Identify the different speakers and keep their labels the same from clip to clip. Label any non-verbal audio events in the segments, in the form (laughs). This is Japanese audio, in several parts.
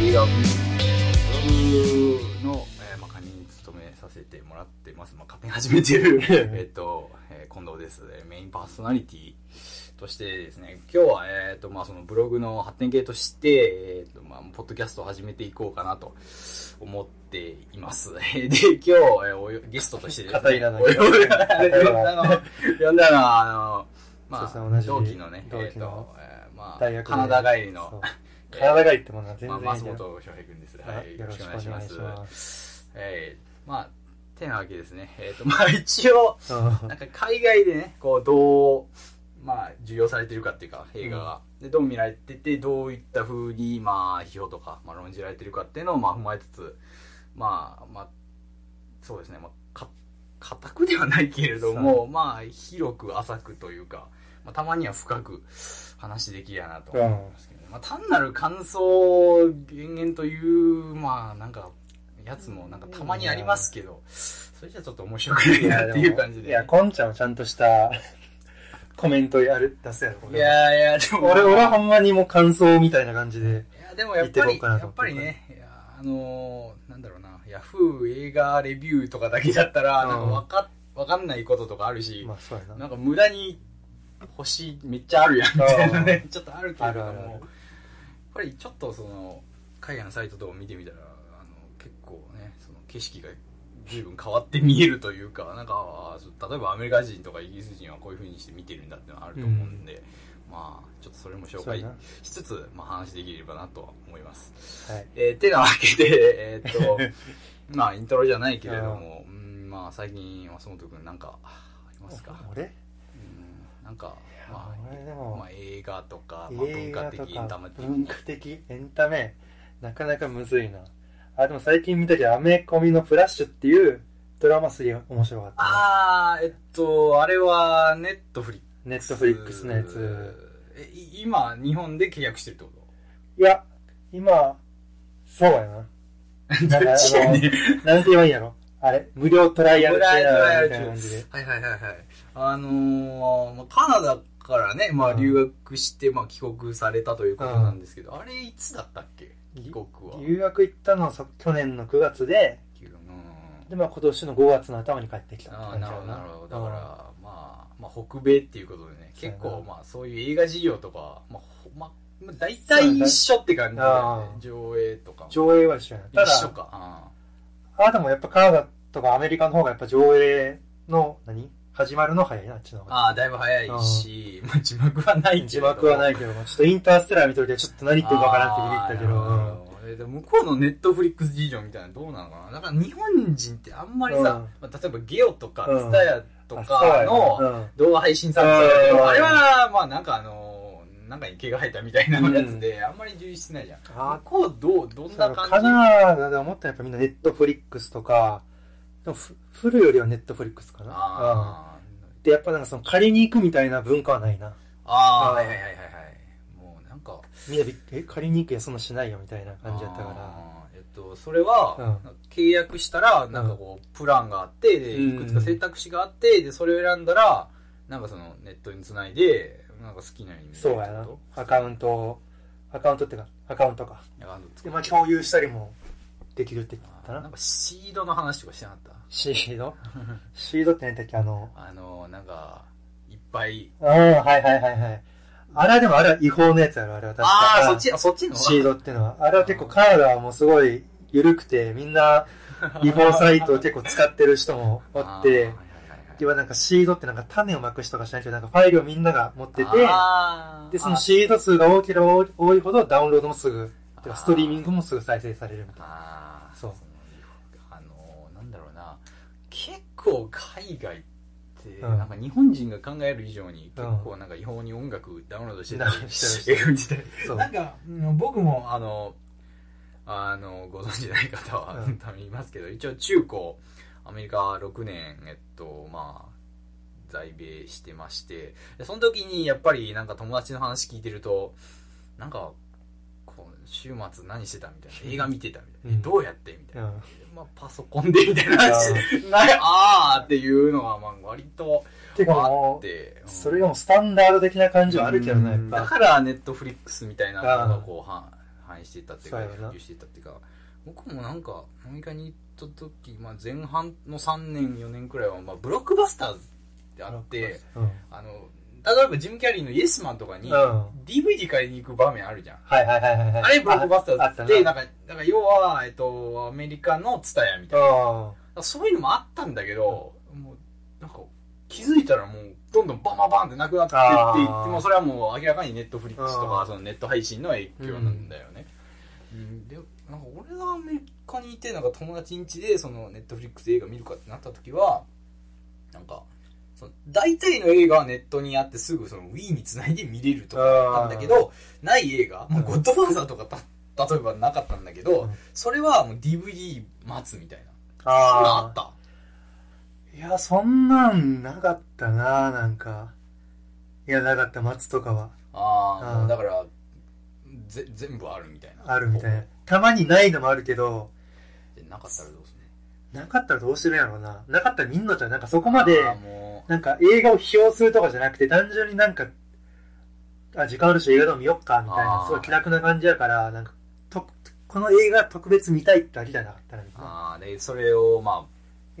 Speaker 1: 映画の、えーまあ、管理に務めさせてもらってます、まあ、勝手に始めて
Speaker 2: (laughs)
Speaker 1: るえっと、えー近藤ですえーメインパーソナリティとしてですね今日は、えーとまあ、そのブログの発展系として、えーとまあ、ポッドキャストを始めていこうかなと思っています (laughs) えーで今日、えーおよゲストとしてですね
Speaker 2: 肩いらない
Speaker 1: およあの呼んだのはあの、ま
Speaker 2: そう
Speaker 1: あ、
Speaker 2: ですね同
Speaker 1: 同
Speaker 2: じ
Speaker 1: 期のね
Speaker 2: 同期
Speaker 1: えーと
Speaker 2: の
Speaker 1: えーま
Speaker 2: 大学
Speaker 1: あ、
Speaker 2: で
Speaker 1: カナダ帰りの (laughs)
Speaker 2: そう体がいいってものは全
Speaker 1: まあ、松
Speaker 2: 然いいけど
Speaker 1: 本翔平君です。
Speaker 2: あ
Speaker 1: はい、よ
Speaker 2: よ
Speaker 1: ろ
Speaker 2: ろ
Speaker 1: し
Speaker 2: し
Speaker 1: くお
Speaker 2: くお
Speaker 1: 願
Speaker 2: 願
Speaker 1: い
Speaker 2: い
Speaker 1: し
Speaker 2: し
Speaker 1: ま
Speaker 2: ますす。
Speaker 1: えー、まあ、てなわけですね。えっ、と、 (laughs) まあ、一応、
Speaker 2: そう
Speaker 1: なんか海外でね、こう、どう、まあ、受容されてるかっていうか、映画が。で、どう見られてて、どういった風に、まあ、批評とか、まあ、論じられてるかっていうのを、まあ、踏まえつつ、まあ、まあ、そうですね、まあ、か、固くではないけれども、まあ、広く浅くというか、まあ、たまには深く話できりゃなと思いますけどね、まあ、単なる感想を減言という、まあ、なんか、やつも、なんか、たまにありますけど、それじゃちょっと面白くない
Speaker 2: いや
Speaker 1: な
Speaker 2: でも
Speaker 1: っていう感じで、
Speaker 2: いや、こんちゃんはちゃんとした (laughs) コメントやる、出すやろ、こ
Speaker 1: い
Speaker 2: れ
Speaker 1: やいや、でも、
Speaker 2: 俺、俺
Speaker 1: い
Speaker 2: はほんまにもう感想みたいな感じで。
Speaker 1: や、でもやっぱ
Speaker 2: 言
Speaker 1: り、
Speaker 2: ってこうかな
Speaker 1: や
Speaker 2: と
Speaker 1: っぱりね、いやあのー、なんだろうな、ヤフー映画レビューとかだけだったら、
Speaker 2: うん
Speaker 1: なんかわか、わかんないこととかあるし、
Speaker 2: まあ、そうやな。
Speaker 1: なんか無駄に星めっちゃあるやんみたいな
Speaker 2: (laughs)
Speaker 1: ね、ちょっとあるけれど
Speaker 2: あるあるあ
Speaker 1: も
Speaker 2: る、
Speaker 1: やっぱりちょっとその、海外のサイトとか見てみたら、あの、結構ね、その景色が随分変わって見えるというか、なんか、あーそう例えばアメリカ人とかイギリス人はこういう風にして見てるんだっていうのはあると思うんで、まあ、ちょっとそれも紹
Speaker 2: そう
Speaker 1: 介
Speaker 2: やな
Speaker 1: しつつ、まあ話できればなとは思います。
Speaker 2: はい。
Speaker 1: えー、てなわけで、え (laughs) ーっ
Speaker 2: (laughs)
Speaker 1: と、まあ、イントロじゃないけれども、うん、まあ、最近、松本くん、なんか、ありますか
Speaker 2: 俺
Speaker 1: うんなんか、ま
Speaker 2: 俺で
Speaker 1: あ、
Speaker 2: も
Speaker 1: まあ、、映画とか、まあ、文
Speaker 2: 映
Speaker 1: 化
Speaker 2: 画
Speaker 1: 的、
Speaker 2: と
Speaker 1: エンタメ
Speaker 2: か
Speaker 1: 的
Speaker 2: 文化的エンタメなかなかむずいなあでも最近見たけどアメコミの「フラッシュ」っていうドラマすげえ面白かったな
Speaker 1: あー、えっと、あれは、ネットフリック
Speaker 2: ネッ
Speaker 1: ス。
Speaker 2: トフリックスのやつ。
Speaker 1: え、い今、日本で契約してるってこ
Speaker 2: いや今そうやな
Speaker 1: と
Speaker 2: なんかあ
Speaker 1: (laughs)
Speaker 2: のなんて言えばいいんやろあれ無料トライアル
Speaker 1: 無料トライアル
Speaker 2: みたいな感じで
Speaker 1: はいはいはいはい。あのーまあ、カナダからね、まあ、
Speaker 2: うん
Speaker 1: 留学して、まあ、帰国されたということなんですけど、あれ、いつだったっけ帰国は。
Speaker 2: 留学行ったのはそ去年の9月で
Speaker 1: うん
Speaker 2: で、まあ、今年の5月の頭に帰ってきたって
Speaker 1: ああ
Speaker 2: 感
Speaker 1: な
Speaker 2: じ
Speaker 1: るほ
Speaker 2: や
Speaker 1: どなるほどだ
Speaker 2: う
Speaker 1: か
Speaker 2: ん
Speaker 1: ら、まあ、まあ北米っていうことでね結
Speaker 2: そうやな
Speaker 1: 構まあそういう映画事業とか、まあほまあ、まあ大体一緒って感じだよね上映とかも
Speaker 2: 上映は一緒やなただ
Speaker 1: 一緒かあ
Speaker 2: あでもやっぱカナダとかアメリカの方がやっぱ上映の何始まるの早いなあっちの方が
Speaker 1: ああだいぶ早いし、まあ、字幕はないけ
Speaker 2: 字
Speaker 1: れど
Speaker 2: 幕はない
Speaker 1: け
Speaker 2: けど、ちょっとインターステラー見とるけど、ちょっと何言ってるかわからんって見てきたけど、うん
Speaker 1: どえで向こうのネットフリックス事情みたいなのどうなのかなだから日本人ってあんまりさ、
Speaker 2: うん
Speaker 1: まあ、例えばゲオとか
Speaker 2: うん
Speaker 1: ツタヤとかの、
Speaker 2: あ
Speaker 1: 動画配信サービスだけ
Speaker 2: う
Speaker 1: ど、
Speaker 2: ん
Speaker 1: あれは、まあなんかあのー、なんかに毛が生えたみたいなやつで、あんまり重視してないじゃん。
Speaker 2: あ
Speaker 1: 向こうどう、どん
Speaker 2: そう
Speaker 1: な
Speaker 2: やろカ
Speaker 1: 感
Speaker 2: ナダで思ったらやっぱみんなネットフリックスとか、でもフフルよりはネットフリックスか
Speaker 1: じ
Speaker 2: な。
Speaker 1: あー
Speaker 2: うんで、やっぱなんかその借りに行くみたいな文化はないな。
Speaker 1: あー、
Speaker 2: うん
Speaker 1: はいはいはいはいはい。もうなんか、
Speaker 2: みんなびっえ、借りに行くやそんなしないよみたいな感じやったから。
Speaker 1: あー。えっと、それは、契約したら、なんかこう、プランがあって、で、
Speaker 2: うん
Speaker 1: いくつか選択肢があって、で、それを選んだら、なんかその、ネットにつないで、なんか好きなように見れる
Speaker 2: そうや
Speaker 1: っ
Speaker 2: な
Speaker 1: てこ。
Speaker 2: アカウントを、アカウントってか、アカウントか。
Speaker 1: と。なんか
Speaker 2: で、まあ共有したりもできるって言った
Speaker 1: なん
Speaker 2: な。
Speaker 1: かシードの話とかしてなかった
Speaker 2: シ
Speaker 1: (laughs)
Speaker 2: ードシードって何だっけあの、
Speaker 1: あのなんかいっぱい
Speaker 2: うん、はいはいはいはい。あれはでもあれは違法のやつやろ、あれは確か
Speaker 1: ああそっちあそっちの
Speaker 2: シードっていうのは。あれは結構カナダはもうすごい緩くて、みんな
Speaker 1: (laughs)
Speaker 2: 違法サイトを結構使ってる人もおっ
Speaker 1: あーはい
Speaker 2: て
Speaker 1: はい、
Speaker 2: 要はなんかシードってなんか種をまく人がしないけど、なんかファイルをみんなが持ってて、
Speaker 1: はいあー
Speaker 2: で、そのシード数が多ければ多い多いほどダウンロードもすぐ、てかストリーミン
Speaker 1: グ
Speaker 2: グもすぐ再生されるみたいな。
Speaker 1: あーあー
Speaker 2: そう
Speaker 1: あのなんだろうな結構海外って、
Speaker 2: うん
Speaker 1: なんか日本人が考える以上に
Speaker 2: うん
Speaker 1: 結構なんか違法に音楽ダウンロードしてた
Speaker 2: ダウンロードしてる
Speaker 1: 映画見てたり
Speaker 2: そう
Speaker 1: なんかうん僕もあのあのご存知ない方は
Speaker 2: うん
Speaker 1: 多分いますけど一応中高アメリカ6年えっとまあ在米してましてでその時にやっぱりなんか友達の話聞いてるとなんかこう週末何してたみたいな映画見てたみたいな、
Speaker 2: うん
Speaker 1: どうやってみたいな、
Speaker 2: うん
Speaker 1: まあ、パソコンでみたいな
Speaker 2: (laughs)
Speaker 1: 話 (laughs) ないあーっていうのはまあ割と
Speaker 2: てか
Speaker 1: あ
Speaker 2: も
Speaker 1: っ
Speaker 2: う、
Speaker 1: て、うん
Speaker 2: それがもうスタンダード的な感じはあるけどね、やっ
Speaker 1: だ
Speaker 2: ぱ。
Speaker 1: からネットフリックスみたいなのがこうは反映していったっていうか
Speaker 2: そうやな
Speaker 1: 普及していったっていうか僕もなんか飲み会に行った時、まあ、前半の3年4年くらいは、まあ、ブロックバスターズってあって
Speaker 2: うん、うん
Speaker 1: あの例えばジム・キャリーのイエスマンとかに
Speaker 2: は
Speaker 1: DVD 買いに行く場面あるじゃん
Speaker 2: いはいはいはいはい
Speaker 1: あれブロックバスター
Speaker 2: ああっ
Speaker 1: ズ
Speaker 2: た
Speaker 1: って
Speaker 2: な
Speaker 1: なんかなんか要は、えっと、アメリカのツタヤみたいな
Speaker 2: あ
Speaker 1: そういうのもあったんだけど、もう、なんか、気づいたらもう、どんどんバンバンバンってなくなってっていって
Speaker 2: あー
Speaker 1: もうそれはもう明らかにネットフリックスとか、
Speaker 2: あー
Speaker 1: そのネット配信の影響なんだよね。うん、で、なんか俺がアメリカにいて、なんか友達ん家で、そのネットフリックス映画見るかってなった時は、なんか、その大体の映画はネットにあってすぐその Wii につないで見れるとかだったんだけど、ない映画、もうゴッドファーザーとかた例えばなかったんだけど、
Speaker 2: うん
Speaker 1: それはもう DVD 待つみたいな。
Speaker 2: あ
Speaker 1: そういうのあ
Speaker 2: あ
Speaker 1: った
Speaker 2: あいやそんなんなかったななんかいやなかった松とかは
Speaker 1: ああ
Speaker 2: あ
Speaker 1: も
Speaker 2: ー
Speaker 1: うだからぜ全部あるみたいな
Speaker 2: あるみたいなたまにないのもあるけど
Speaker 1: でなかったらどうする
Speaker 2: なかったらどうしてるんやろうななかったらみんなじゃんなんかそこまで
Speaker 1: あーも
Speaker 2: なんか映画を批評するとかじゃなくて、単純になんか、あ、時間あるし映画でも見よっか、みたい
Speaker 1: あ
Speaker 2: な、
Speaker 1: ー
Speaker 2: すごい気楽な感じやから、なんか、と、この映画特別見たいってありじゃなかったらみ
Speaker 1: う
Speaker 2: たいな。
Speaker 1: ああでそれをまあ (laughs)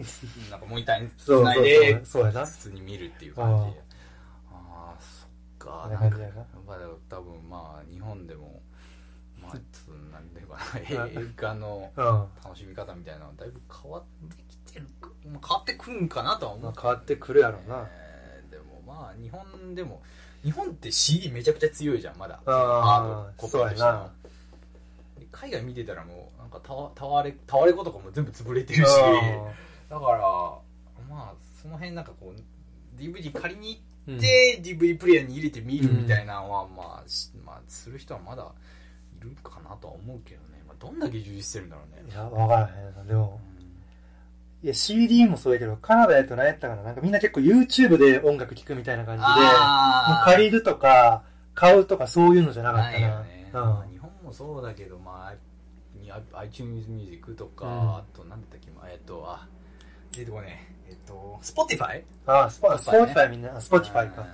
Speaker 1: なんかモニターに
Speaker 2: そ
Speaker 1: つ
Speaker 2: うそ
Speaker 1: ないう
Speaker 2: そう
Speaker 1: で。
Speaker 2: そうやな。
Speaker 1: 普通に見るっていう感じああーそっ
Speaker 2: そ
Speaker 1: か
Speaker 2: んな
Speaker 1: なん
Speaker 2: 感
Speaker 1: か
Speaker 2: じ
Speaker 1: や
Speaker 2: やな。
Speaker 1: っぱ多分まあ日本でもまあちょっとなんていうか
Speaker 2: う
Speaker 1: なん映画の
Speaker 2: うん。
Speaker 1: 楽しみ方みたいなのはだいぶ変わってきてる、まあ、変わってくるんかなとは思うけど
Speaker 2: まあ変わってくるやろうな。
Speaker 1: えーでもまあ日本でも日本って CD めちゃくちゃ強いじゃんまだ
Speaker 2: ああ、
Speaker 1: コ
Speaker 2: そうや
Speaker 1: しても
Speaker 2: な。
Speaker 1: 海外見てたらもうなんかタワタワレタワレコとかも全部潰れてるし
Speaker 2: (laughs)
Speaker 1: だからまあその辺なんかこう DVD 借りに
Speaker 2: う
Speaker 1: 行
Speaker 2: ん
Speaker 1: っ、て DVD プレイヤーに入れて見るみたいなのは、まあ、しまあする人はまだいるかなとは思うけどね、まあ、どんだけ充実してるんだろう
Speaker 2: い
Speaker 1: ね、
Speaker 2: や、わからへんな。で
Speaker 1: う
Speaker 2: も、
Speaker 1: ん
Speaker 2: いや、CD もそうやけど、カナダやと何やったかな。なんかみんな結構 YouTube で音楽聴くみたいな感じで、もう
Speaker 1: あー
Speaker 2: 借りるとか、買うとかそういうのじゃなかっ
Speaker 1: な
Speaker 2: た
Speaker 1: いよ
Speaker 2: な。
Speaker 1: ね、
Speaker 2: うん。
Speaker 1: まあ日本もそうだけど、まあ、に iTunes ミュージックとか、
Speaker 2: うん
Speaker 1: あと何だったっけ、まあえっと、あ、出てこねえ、えっと、Spotify?
Speaker 2: ああ、スポ、スポ
Speaker 1: Spotify
Speaker 2: ー
Speaker 1: ね
Speaker 2: ティファイみんな、あスポーティファイ
Speaker 1: う
Speaker 2: か
Speaker 1: ん。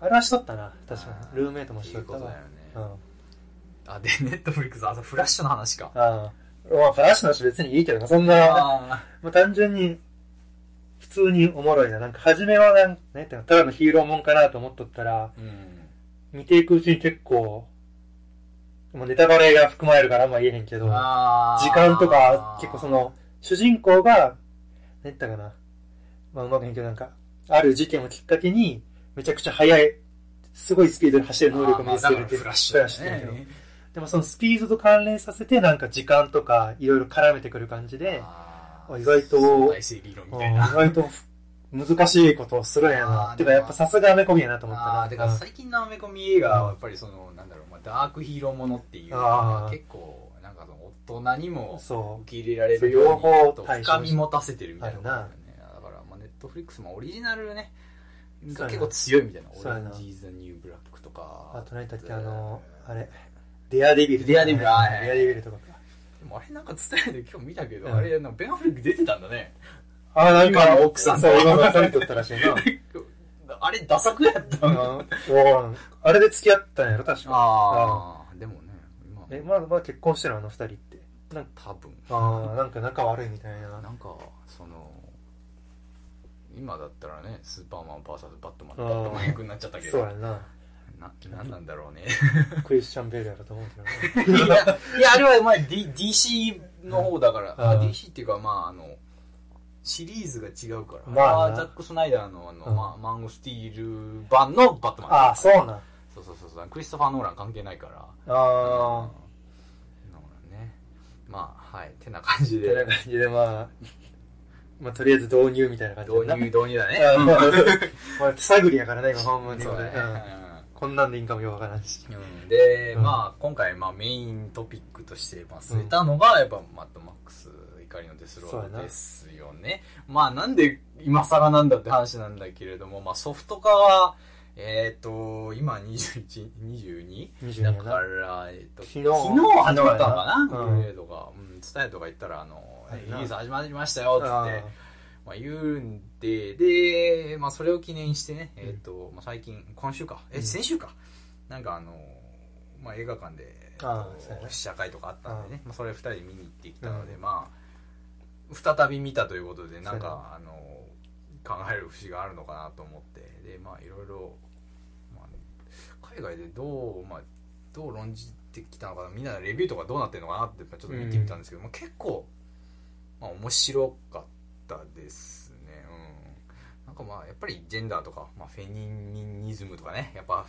Speaker 2: あれはしとったな。確か
Speaker 1: うん
Speaker 2: に。ルームメイトもし
Speaker 1: そうい
Speaker 2: と
Speaker 1: う
Speaker 2: っ
Speaker 1: こと
Speaker 2: た
Speaker 1: だ
Speaker 2: わ
Speaker 1: よ。ね。
Speaker 2: うん。あ
Speaker 1: あ、で、Netflix、あ、そうフラッシュの話か。
Speaker 2: あ。まあ、フラッシュの人別にいいけどな。そんな、
Speaker 1: あ
Speaker 2: まあ単純に、普通におもろいな。なんか、初めはなん、なんていうの、ただのヒーローもんかなと思っとったら、
Speaker 1: ーうん。
Speaker 2: 見ていくうちに結構、もうネタバレが含まれるからあんま言えへんけど、時
Speaker 1: あー
Speaker 2: 間とか、結構そ、の、主人公が、なんやったかな。まあ、うまく言うけどなんか、ある事件をきっかけに、めちゃくちゃ速い、すごいスピードで走れる能力を身につ
Speaker 1: あ
Speaker 2: ける
Speaker 1: ーまあだか
Speaker 2: って
Speaker 1: ら
Speaker 2: いう
Speaker 1: フラッシュだよね。
Speaker 2: フラッシュだけどでもそのスピードと関連させてなんか時間とかいろいろ絡めてくる感じで、
Speaker 1: あ
Speaker 2: あ
Speaker 1: ー
Speaker 2: 意外と
Speaker 1: 相対性理論み
Speaker 2: うん
Speaker 1: たい
Speaker 2: 意
Speaker 1: な。
Speaker 2: 外と難しいことをするんや
Speaker 1: あ
Speaker 2: な。
Speaker 1: ー
Speaker 2: てかやっぱさすがアメコミやなと思った
Speaker 1: あ
Speaker 2: な。
Speaker 1: あーてか最近のアメコミ映画はやっぱりその、なんだろう、まあ、ダークヒーローものっていうの
Speaker 2: あ
Speaker 1: が
Speaker 2: ー
Speaker 1: 結構なんかその大人に
Speaker 2: うん
Speaker 1: も
Speaker 2: そ
Speaker 1: 受け入れられるように
Speaker 2: そう両方
Speaker 1: ちょっと
Speaker 2: 対
Speaker 1: 深
Speaker 2: 象
Speaker 1: み持たせてるみたいなところだよ
Speaker 2: そ
Speaker 1: ねだから、まあ、ネットフリックスもオリジナルね
Speaker 2: そうや
Speaker 1: が
Speaker 2: な
Speaker 1: 結構強いみたいな「オ
Speaker 2: そうや
Speaker 1: レ
Speaker 2: な
Speaker 1: ンジ・イズ・ニュー・ブラック」とか
Speaker 2: う。あと何だっけあの、あ
Speaker 1: れ
Speaker 2: れ、デアデビルとか。
Speaker 1: デアデビルあー
Speaker 2: デアデビルとかか。
Speaker 1: でもあれなんか伝えで今日見たけど、
Speaker 2: うん
Speaker 1: あれなんかベン・アフレック出てたんだね
Speaker 2: あー、なん
Speaker 1: 今
Speaker 2: か
Speaker 1: の奥さんと
Speaker 2: そう、今の奥さんとったらしい (laughs) な。
Speaker 1: あれダ作やった
Speaker 2: うん
Speaker 1: の
Speaker 2: うんあれで付き合ったんやろ、確か。
Speaker 1: ああでもね今
Speaker 2: え、まだまだ結婚してるのあの二人って。なんか、
Speaker 1: 多分
Speaker 2: ああ、なんか仲悪いみたいな。
Speaker 1: なんかその今だったらねスーパーマン VS バットマン
Speaker 2: あー
Speaker 1: バットマン役になっちゃったけ
Speaker 2: そう
Speaker 1: ど
Speaker 2: やな。
Speaker 1: ななんなんだろ
Speaker 2: (laughs)
Speaker 1: うね
Speaker 2: クリスチャン・ベールやろと思うけどな。
Speaker 1: いやいやあれはまあ、D、DC の方だからあ
Speaker 2: うん
Speaker 1: DC っていうかまああのシリーズが違うから、
Speaker 2: まあ
Speaker 1: れ
Speaker 2: な
Speaker 1: はザック・スナイダーのあの、
Speaker 2: うん
Speaker 1: まあ、マンゴスティール版のバットマン
Speaker 2: (laughs) ああ、そうなん。あ
Speaker 1: そうそうそうそうクリストファー・ノーラン関係ないから
Speaker 2: あ
Speaker 1: うんノーランねまあはいてな感じ
Speaker 2: ー。てな
Speaker 1: で
Speaker 2: 感じで、まあ、まあ、とりあえず導入みたいな感じ
Speaker 1: 導
Speaker 2: でな。 (laughs)
Speaker 1: 入導入だね
Speaker 2: うん。まあ、手探りやからね、今、ほん (laughs) まに。
Speaker 1: そうだね、
Speaker 2: うん
Speaker 1: うん
Speaker 2: こんなんでいいんかもよくわからんし。
Speaker 1: うんで、
Speaker 2: うん
Speaker 1: まあ今回まあメイントピックとしてまあ据えたのがやっぱマッドマックス怒りのデスロードですよねまあなんで今更なんだって話なんだけれども、まあ、ソフト化はえっ、と今 21?22?
Speaker 2: 22
Speaker 1: だ
Speaker 2: やな
Speaker 1: から、えっと
Speaker 2: 昨日
Speaker 1: 始まったのか
Speaker 2: 昨日
Speaker 1: な
Speaker 2: やな
Speaker 1: グレードがうん伝え、とか言ったらあの
Speaker 2: はい
Speaker 1: リリ
Speaker 2: な
Speaker 1: ース始まりましたよっつ
Speaker 2: あ
Speaker 1: って
Speaker 2: ー
Speaker 1: まあ、言うんで、で、まあ、それを記念してね、えっ、と、まあ、最近、今週か、え、
Speaker 2: うん
Speaker 1: 先週か、なんかあの、まあ、映画館で、
Speaker 2: ああそうやね
Speaker 1: 試写会とかあったんでね、まあ、それ2人で見に行ってきたので、
Speaker 2: うん
Speaker 1: まあ再び見たということでなん
Speaker 2: そうや
Speaker 1: かあの考える節があるのかなと思ってでまあいろいろ、まあね海外でどう、まあ、どう論じてきたのかなみんなのレビューとかどうなってるのかなってやっぱちょっと見てみたんですけど、まあ、結構、まあ、面白かったですねうんなんかまあやっぱりジェンダーとか、まあ、フェニニズムとかねやっぱ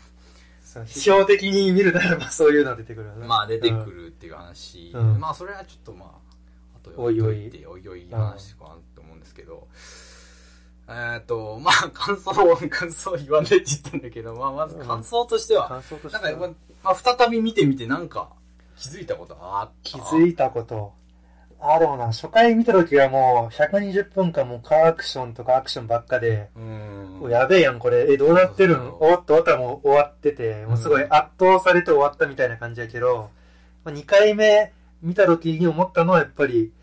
Speaker 2: その批評的に見るならばそういうの出てくるわな
Speaker 1: まあ出てくるっていう話、
Speaker 2: うん
Speaker 1: まあそれはちょっとまあ後で
Speaker 2: おいおい
Speaker 1: 置ておいおい話していこうかなと思うんですけど、えっとまあ感想を感想を言わないって言ったんだけど、まあ、まず感想として
Speaker 2: うん
Speaker 1: は、
Speaker 2: 感想とし
Speaker 1: なん
Speaker 2: て
Speaker 1: か、まあ
Speaker 2: は
Speaker 1: まあ、再び見てみてなんか気づいたことあった
Speaker 2: 気づ
Speaker 1: い
Speaker 2: いたことああでもな初回見た時はもう120分間もうカーアクションとかアクションばっかで、
Speaker 1: うん
Speaker 2: おやべえやんこれえどうなってるん
Speaker 1: そうそう
Speaker 2: おっとおったらもう終わっててもうすごい
Speaker 1: うん
Speaker 2: 圧倒されて終わったみたいな感じやけど、まあ、2回目見た時に思ったのはやっぱり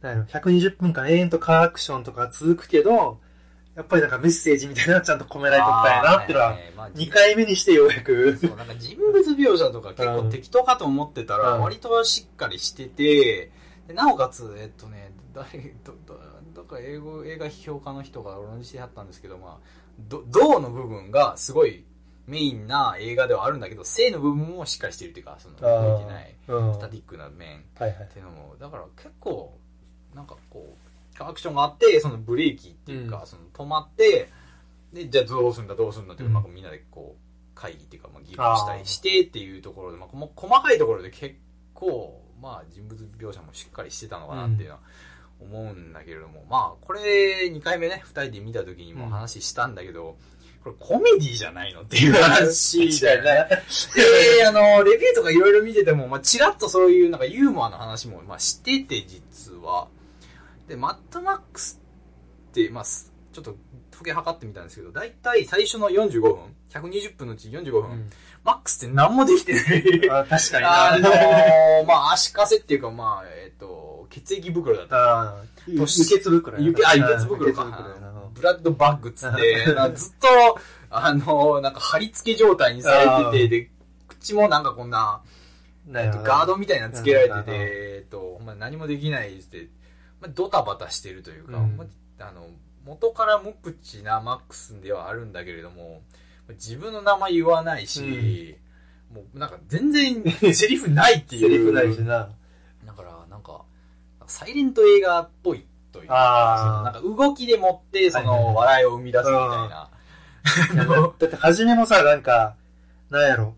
Speaker 2: なんやろ120分間永遠とカーアクションとか続くけどやっぱりなんかメッセージみたいなのはちゃんと込められとったんやなってのは2回目にしてようやく
Speaker 1: そうなんか人物描写とか結構適当かと思ってたら
Speaker 2: うん
Speaker 1: 割としっかりしてて、でなおかつえっとね誰どどどっか英語映画批評家の人が論じてはったんですけどまあど銅の部分がすごいメインな映画ではあるんだけど性の部分もしっかりしてるっていうかその
Speaker 2: あー
Speaker 1: 動いてない
Speaker 2: うん
Speaker 1: スタティックな面
Speaker 2: はいはい
Speaker 1: っていうのもだから結構なんかこうアクションがあってそのブレーキっていうか、
Speaker 2: うん
Speaker 1: その止まってでじゃあどうするんだどうするんだっていう、
Speaker 2: うん
Speaker 1: なんかみんなでこう会議っていうか、まあ、議論したりしてっていうところでまあ、もう細かいところで結構、まあ、人物描写もしっかりしてたのかなっていうのは思うんだけれども、まあこれ2回目ね2人で見た時にも話したんだけど、これコメディじゃないのっていう話だよね。で、あの、レビューとかいろいろ見てても、まあ、ちらっとそういうなんかユーモアの話も、まあ、してて、実は。で、マッドマックスって、まあ、すちょっと時計測ってみたんですけど、だいたい最初の45分、120分のうち45分、
Speaker 2: うん
Speaker 1: マックスって何もできてない。
Speaker 2: あ確かにな
Speaker 1: あのーまあ、足かせっていうか、まあ、えっ、と、血液袋だった。
Speaker 2: あー輸
Speaker 1: 年
Speaker 2: 血袋やな
Speaker 1: ゆけ、あ、輸血袋
Speaker 2: 輸血袋やな
Speaker 1: か。ブラッドバッグっつ
Speaker 2: (laughs)
Speaker 1: って、なんかずっと、あの、なんか貼り付け状態にされてて、で、口もなんかこんな、
Speaker 2: な
Speaker 1: え
Speaker 2: る
Speaker 1: っ
Speaker 2: ほ
Speaker 1: と
Speaker 2: ど
Speaker 1: ガードみたいなのつけられて
Speaker 2: うん
Speaker 1: て、えっと、ほんま何もできないって、まあ、ドタバタしてるというか、
Speaker 2: うん
Speaker 1: まあの、元から無口なマックスではあるんだけれども、自分の名前言わないし、もうなんか全
Speaker 2: (laughs)
Speaker 1: 然セリフないっていう。
Speaker 2: セリフ大事な。
Speaker 1: だから、なんか、サイレント映画っぽいというかなん
Speaker 2: あ
Speaker 1: か動きでもって、そ
Speaker 2: はいはいは
Speaker 1: の、
Speaker 2: い
Speaker 1: 笑いを生み出すみたいな。
Speaker 2: あ。だ
Speaker 1: (laughs)
Speaker 2: って初めもさ、なんか、なんやろ。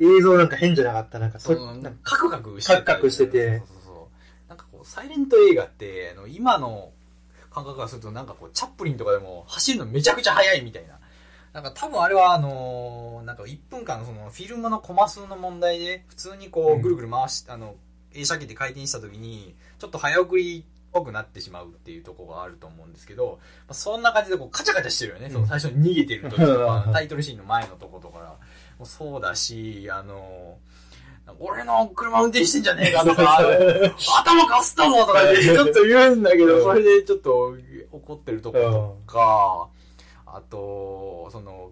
Speaker 2: 映像なんか変じゃなかった。なんか、
Speaker 1: そ
Speaker 2: と
Speaker 1: の
Speaker 2: なんか
Speaker 1: カクカクしてたり
Speaker 2: カクカクしてて
Speaker 1: そうそうそうそう。なんかこう、サイレント映画って、あの、今の感覚からすると、なんかこう、チャップリンとかでも走るのめちゃくちゃ速いみたいな。なんか多分あれはあのーなんか1分間のそのフィルムのコマ数の問題で、普通にこ
Speaker 2: うん
Speaker 1: う、ぐるぐる回し、あの、映写機で回転した時に、ちょっと早送りっぽくなってしまうっていうところがあると思うんですけど、まあ、そんな感じでこうカチャカチャしてるよね。
Speaker 2: うん
Speaker 1: その最初に逃げてる時と
Speaker 2: うんうんう
Speaker 1: か
Speaker 2: (laughs) ん、
Speaker 1: タイトルシーンの前のとことかもうそうだし、あの、俺の車運転してんじゃねえかと (laughs) か、頭かすったぞとか (laughs) ってちょっと言うんだけ
Speaker 2: う
Speaker 1: ど、
Speaker 2: ん
Speaker 1: それでちょっと怒ってるとことか、あと、その、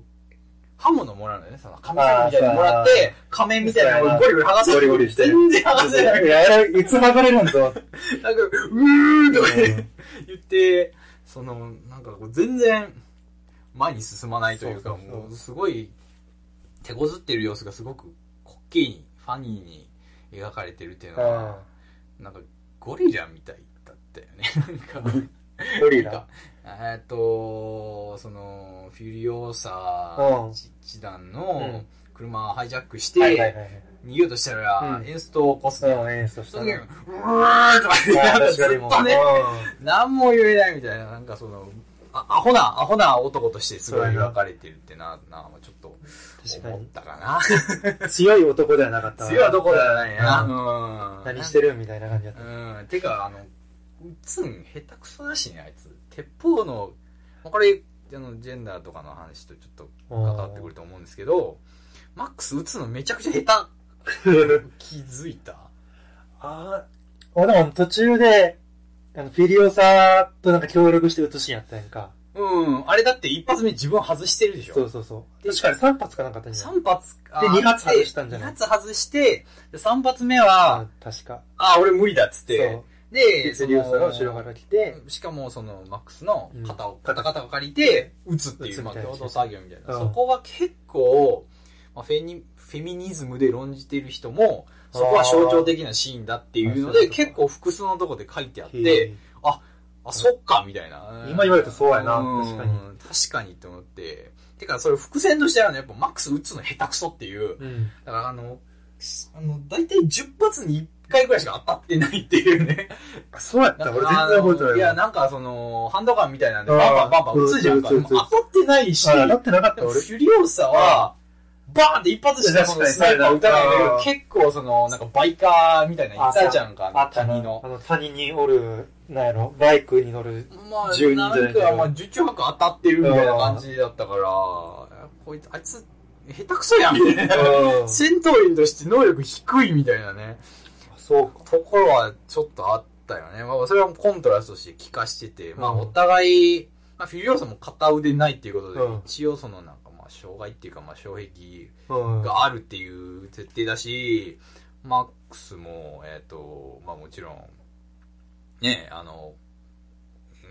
Speaker 1: 刃物もらうのよね、その仮面みたいなのもらっ
Speaker 2: あーそうや
Speaker 1: て、仮面みたいなのをゴリゴリ剥がせ
Speaker 2: ゴリゴリして
Speaker 1: 全然剥がせない。
Speaker 2: いや、いつ剥がれるんぞ。
Speaker 1: なんか、うーとか言って (laughs) 言って、その、なんかこう全然前に進まないというか、
Speaker 2: そうそうそう
Speaker 1: もうすごい手こずってる様子がすごく滑稽に、ファニーに描かれてるっていうのは、なんかゴリラみたいだったよね。 (laughs) なんか、
Speaker 2: ゴリ
Speaker 1: なん
Speaker 2: ラ
Speaker 1: か。えーっと、その、フィリオーサ
Speaker 2: うん
Speaker 1: 一団
Speaker 2: う
Speaker 1: の
Speaker 2: ん
Speaker 1: 車をハイジャックし
Speaker 2: はいはい
Speaker 1: て、
Speaker 2: はい。
Speaker 1: 逃げようとしたら
Speaker 2: う、ん
Speaker 1: エンストを起こす。
Speaker 2: うん、演奏し
Speaker 1: そ
Speaker 2: た
Speaker 1: の
Speaker 2: な。
Speaker 1: 時に、うーとか言って、なんかずっ
Speaker 2: う
Speaker 1: とね、何も言えないみたいな、なんかその、あアホな、アホな男としてすごい描かれてるってな、な、ちょっと
Speaker 2: 確か
Speaker 1: 思っ
Speaker 2: に。
Speaker 1: たか
Speaker 2: (laughs)
Speaker 1: な。
Speaker 2: 強い男ではなかったわ。
Speaker 1: 強い男だよね。
Speaker 2: うん
Speaker 1: (laughs) うん。
Speaker 2: 何してるみたいな感じだっ
Speaker 1: うん。てか、あの、撃つん下手くそだしね、あいつ。鉄砲の、まあこれ、あの、ジェンダーとかの話とちょっと関わってくると思うんですけど、マックス撃つのめちゃくちゃ下
Speaker 2: た。
Speaker 1: 手。気づいた。
Speaker 2: (laughs) ああ、でも途中で、あのフィリオサとなんか協力して写しんやったやんか。
Speaker 1: うん。あれだって一発目自分外してるでしょ
Speaker 2: そうそうそう。確かに3発かなんかあったんじゃない
Speaker 1: 3発か
Speaker 2: で二発外したんじゃない
Speaker 1: 2発外して、3発目は、
Speaker 2: あ確か。
Speaker 1: あ、俺無理だっつっ
Speaker 2: そう
Speaker 1: て。。で、
Speaker 2: で、
Speaker 1: そ
Speaker 2: セ
Speaker 1: の
Speaker 2: リウスが後ろから来て、
Speaker 1: しかもそのマックスの肩を、
Speaker 2: うん
Speaker 1: 肩肩を借りて打つって
Speaker 2: 打
Speaker 1: い
Speaker 2: つ
Speaker 1: う、
Speaker 2: み
Speaker 1: ま
Speaker 2: た
Speaker 1: あ、
Speaker 2: いな
Speaker 1: 共同作業みたいな、
Speaker 2: うん
Speaker 1: そこは結構、まあ、フェニフェミニズムで論じてる人もそこは象徴的なシーンだっていうの
Speaker 2: あーあそう
Speaker 1: で
Speaker 2: そう
Speaker 1: 結構複数のとこで書いてあっ
Speaker 2: へ
Speaker 1: て
Speaker 2: え
Speaker 1: あそっかみたいな
Speaker 2: 今言われるとそうやなん確かに
Speaker 1: 確かにって思っててかそれ伏線としてあるのやっぱマックス打つの下手くそっていう
Speaker 2: うん。
Speaker 1: だからあのあの大体10発に1回ぐらいしか当たってないっていうね
Speaker 2: あそうやった。俺全然覚えてないわ。
Speaker 1: いや、なんかその、ハンドガンみたいなんで、
Speaker 2: あー
Speaker 1: バンバンバンバン撃つじゃんか。
Speaker 2: そうそうそうそう
Speaker 1: 当たってないし、
Speaker 2: あ、
Speaker 1: で
Speaker 2: 当た
Speaker 1: も
Speaker 2: ってなかった
Speaker 1: フ
Speaker 2: 俺。
Speaker 1: ュリオーサは、バーンって一発しかそ
Speaker 2: 確
Speaker 1: の
Speaker 2: かに
Speaker 1: スナイパー撃たないんだけど
Speaker 2: あ、ー
Speaker 1: 結構その、なんかバイカーみたいなのいたじゃんか、あの
Speaker 2: な
Speaker 1: 谷
Speaker 2: あ
Speaker 1: の。
Speaker 2: の、谷におる、なんやろ、バイクに乗る。
Speaker 1: まあ、
Speaker 2: 12
Speaker 1: なんか、まあ、十中泊当たってるみたいな感じだったから、こいつ、あいつ、下手くそやん、みたいな。
Speaker 2: (laughs) あ
Speaker 1: 戦闘員として能力低いみたいなね。
Speaker 2: そうか。
Speaker 1: ところはちょっとあったよね。まあ、それはコントラストして聞かしてて、まあ、
Speaker 2: うん
Speaker 1: お互い、まあ、フィリオーサも片腕ないっていうことで、
Speaker 2: うん
Speaker 1: 一応そのなんか、まあ、障害っていうか、まあ、障壁
Speaker 2: うん。
Speaker 1: があるっていう設定だし、マックスも、えっ、と、まあ、もちろん、ね、あの、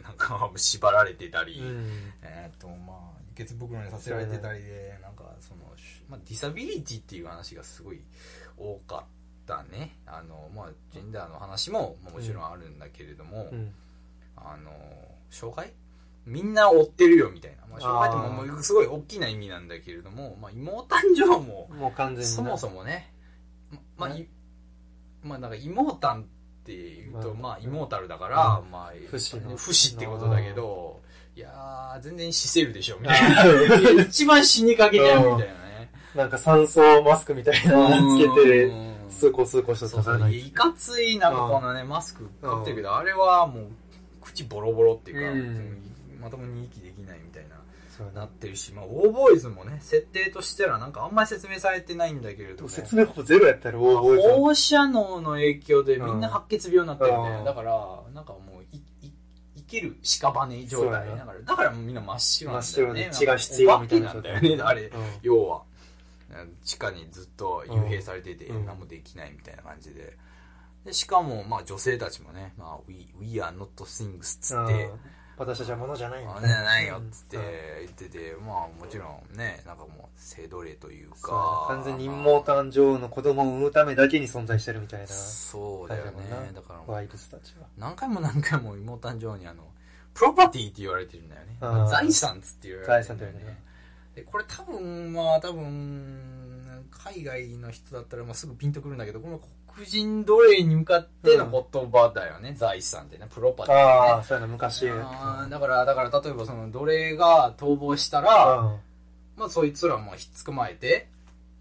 Speaker 1: なんか、 (laughs) 縛られてたり、
Speaker 2: うん。
Speaker 1: えーっとまあ輸血袋にさせられてたりでなんかその、しまあ、ディサビリティっていう話がすごい多かったねあのまあジェンダーの話もまあもちろんあるんだけれども、
Speaker 2: うん。
Speaker 1: あの障害みんな追ってるよみたいな、まあ、障害っても
Speaker 2: あー
Speaker 1: もうすごい大きな意味なんだけれども、まあ、妹誕生も
Speaker 2: もう完全にな。
Speaker 1: そもそもねままあ、いまあなんか妹誕っていうと、
Speaker 2: まあ
Speaker 1: まあ、イモータルだから、まあ、
Speaker 2: 不死の
Speaker 1: 不死ってことだけど、いやー、全然死せるでしょ、みた (laughs) いな。いや一番死にかけてるみたいなね。
Speaker 2: なんか酸素マスクみたいなのつけて、
Speaker 1: うん
Speaker 2: 数個数個して
Speaker 1: そうそ
Speaker 2: 食べ
Speaker 1: う。
Speaker 2: ない
Speaker 1: いかつい、なんかこのね、マスクかぶってるけど、あれはもう、口ボロボロっていうか、
Speaker 2: うん
Speaker 1: まともに息できないみたいな。
Speaker 2: そうや
Speaker 1: な
Speaker 2: な
Speaker 1: っ。てるし、まあ、オーボーイズもね、設定としてはなんかあんまり説明されてないんだけれども。
Speaker 2: 説明ほぼゼロやったら、おお、覚え
Speaker 1: 放射能の影響でみんな白血病になってるね、
Speaker 2: うん
Speaker 1: だからなんかもういい生ける屍状態
Speaker 2: そう
Speaker 1: だ
Speaker 2: やな
Speaker 1: からだからもうみんな真っ白なんだよね
Speaker 2: 真っ白で血が必要みたいな
Speaker 1: お化けなんだよねあれ、
Speaker 2: うん
Speaker 1: 要はうん地下にずっと幽閉されてて、
Speaker 2: うん
Speaker 1: 何もできないみたいな感じででしかもまあ女性たちもね「まあ、We, We are not things」っつって、
Speaker 2: うん私たちはものじゃないんだ
Speaker 1: あれじゃないよっつって言ってて、まあもちろんね、なんかもう、性奴隷という
Speaker 2: そう
Speaker 1: か。
Speaker 2: やな完全に陰謀誕生の子供を産むためだけに存在してるみたいな
Speaker 1: そうだよね。だからもう
Speaker 2: ワイルスたちは
Speaker 1: 何回も何回も妹誕生にあの、プロパティって言われてるんだよね
Speaker 2: あ。ー
Speaker 1: 財産っつって言われてるんだよ
Speaker 2: 財産だよ
Speaker 1: ね
Speaker 2: ね。
Speaker 1: で、これ多分、まあ多分、海外の人だったらまあすぐピンとくるんだけど、この黒人奴隷に向かっての言葉だよね。財産ってね、プロパティってね
Speaker 2: ああそうやな昔
Speaker 1: あー。だから、だから例えばその奴隷が逃亡したら、まあそいつらもひっ捕まえて、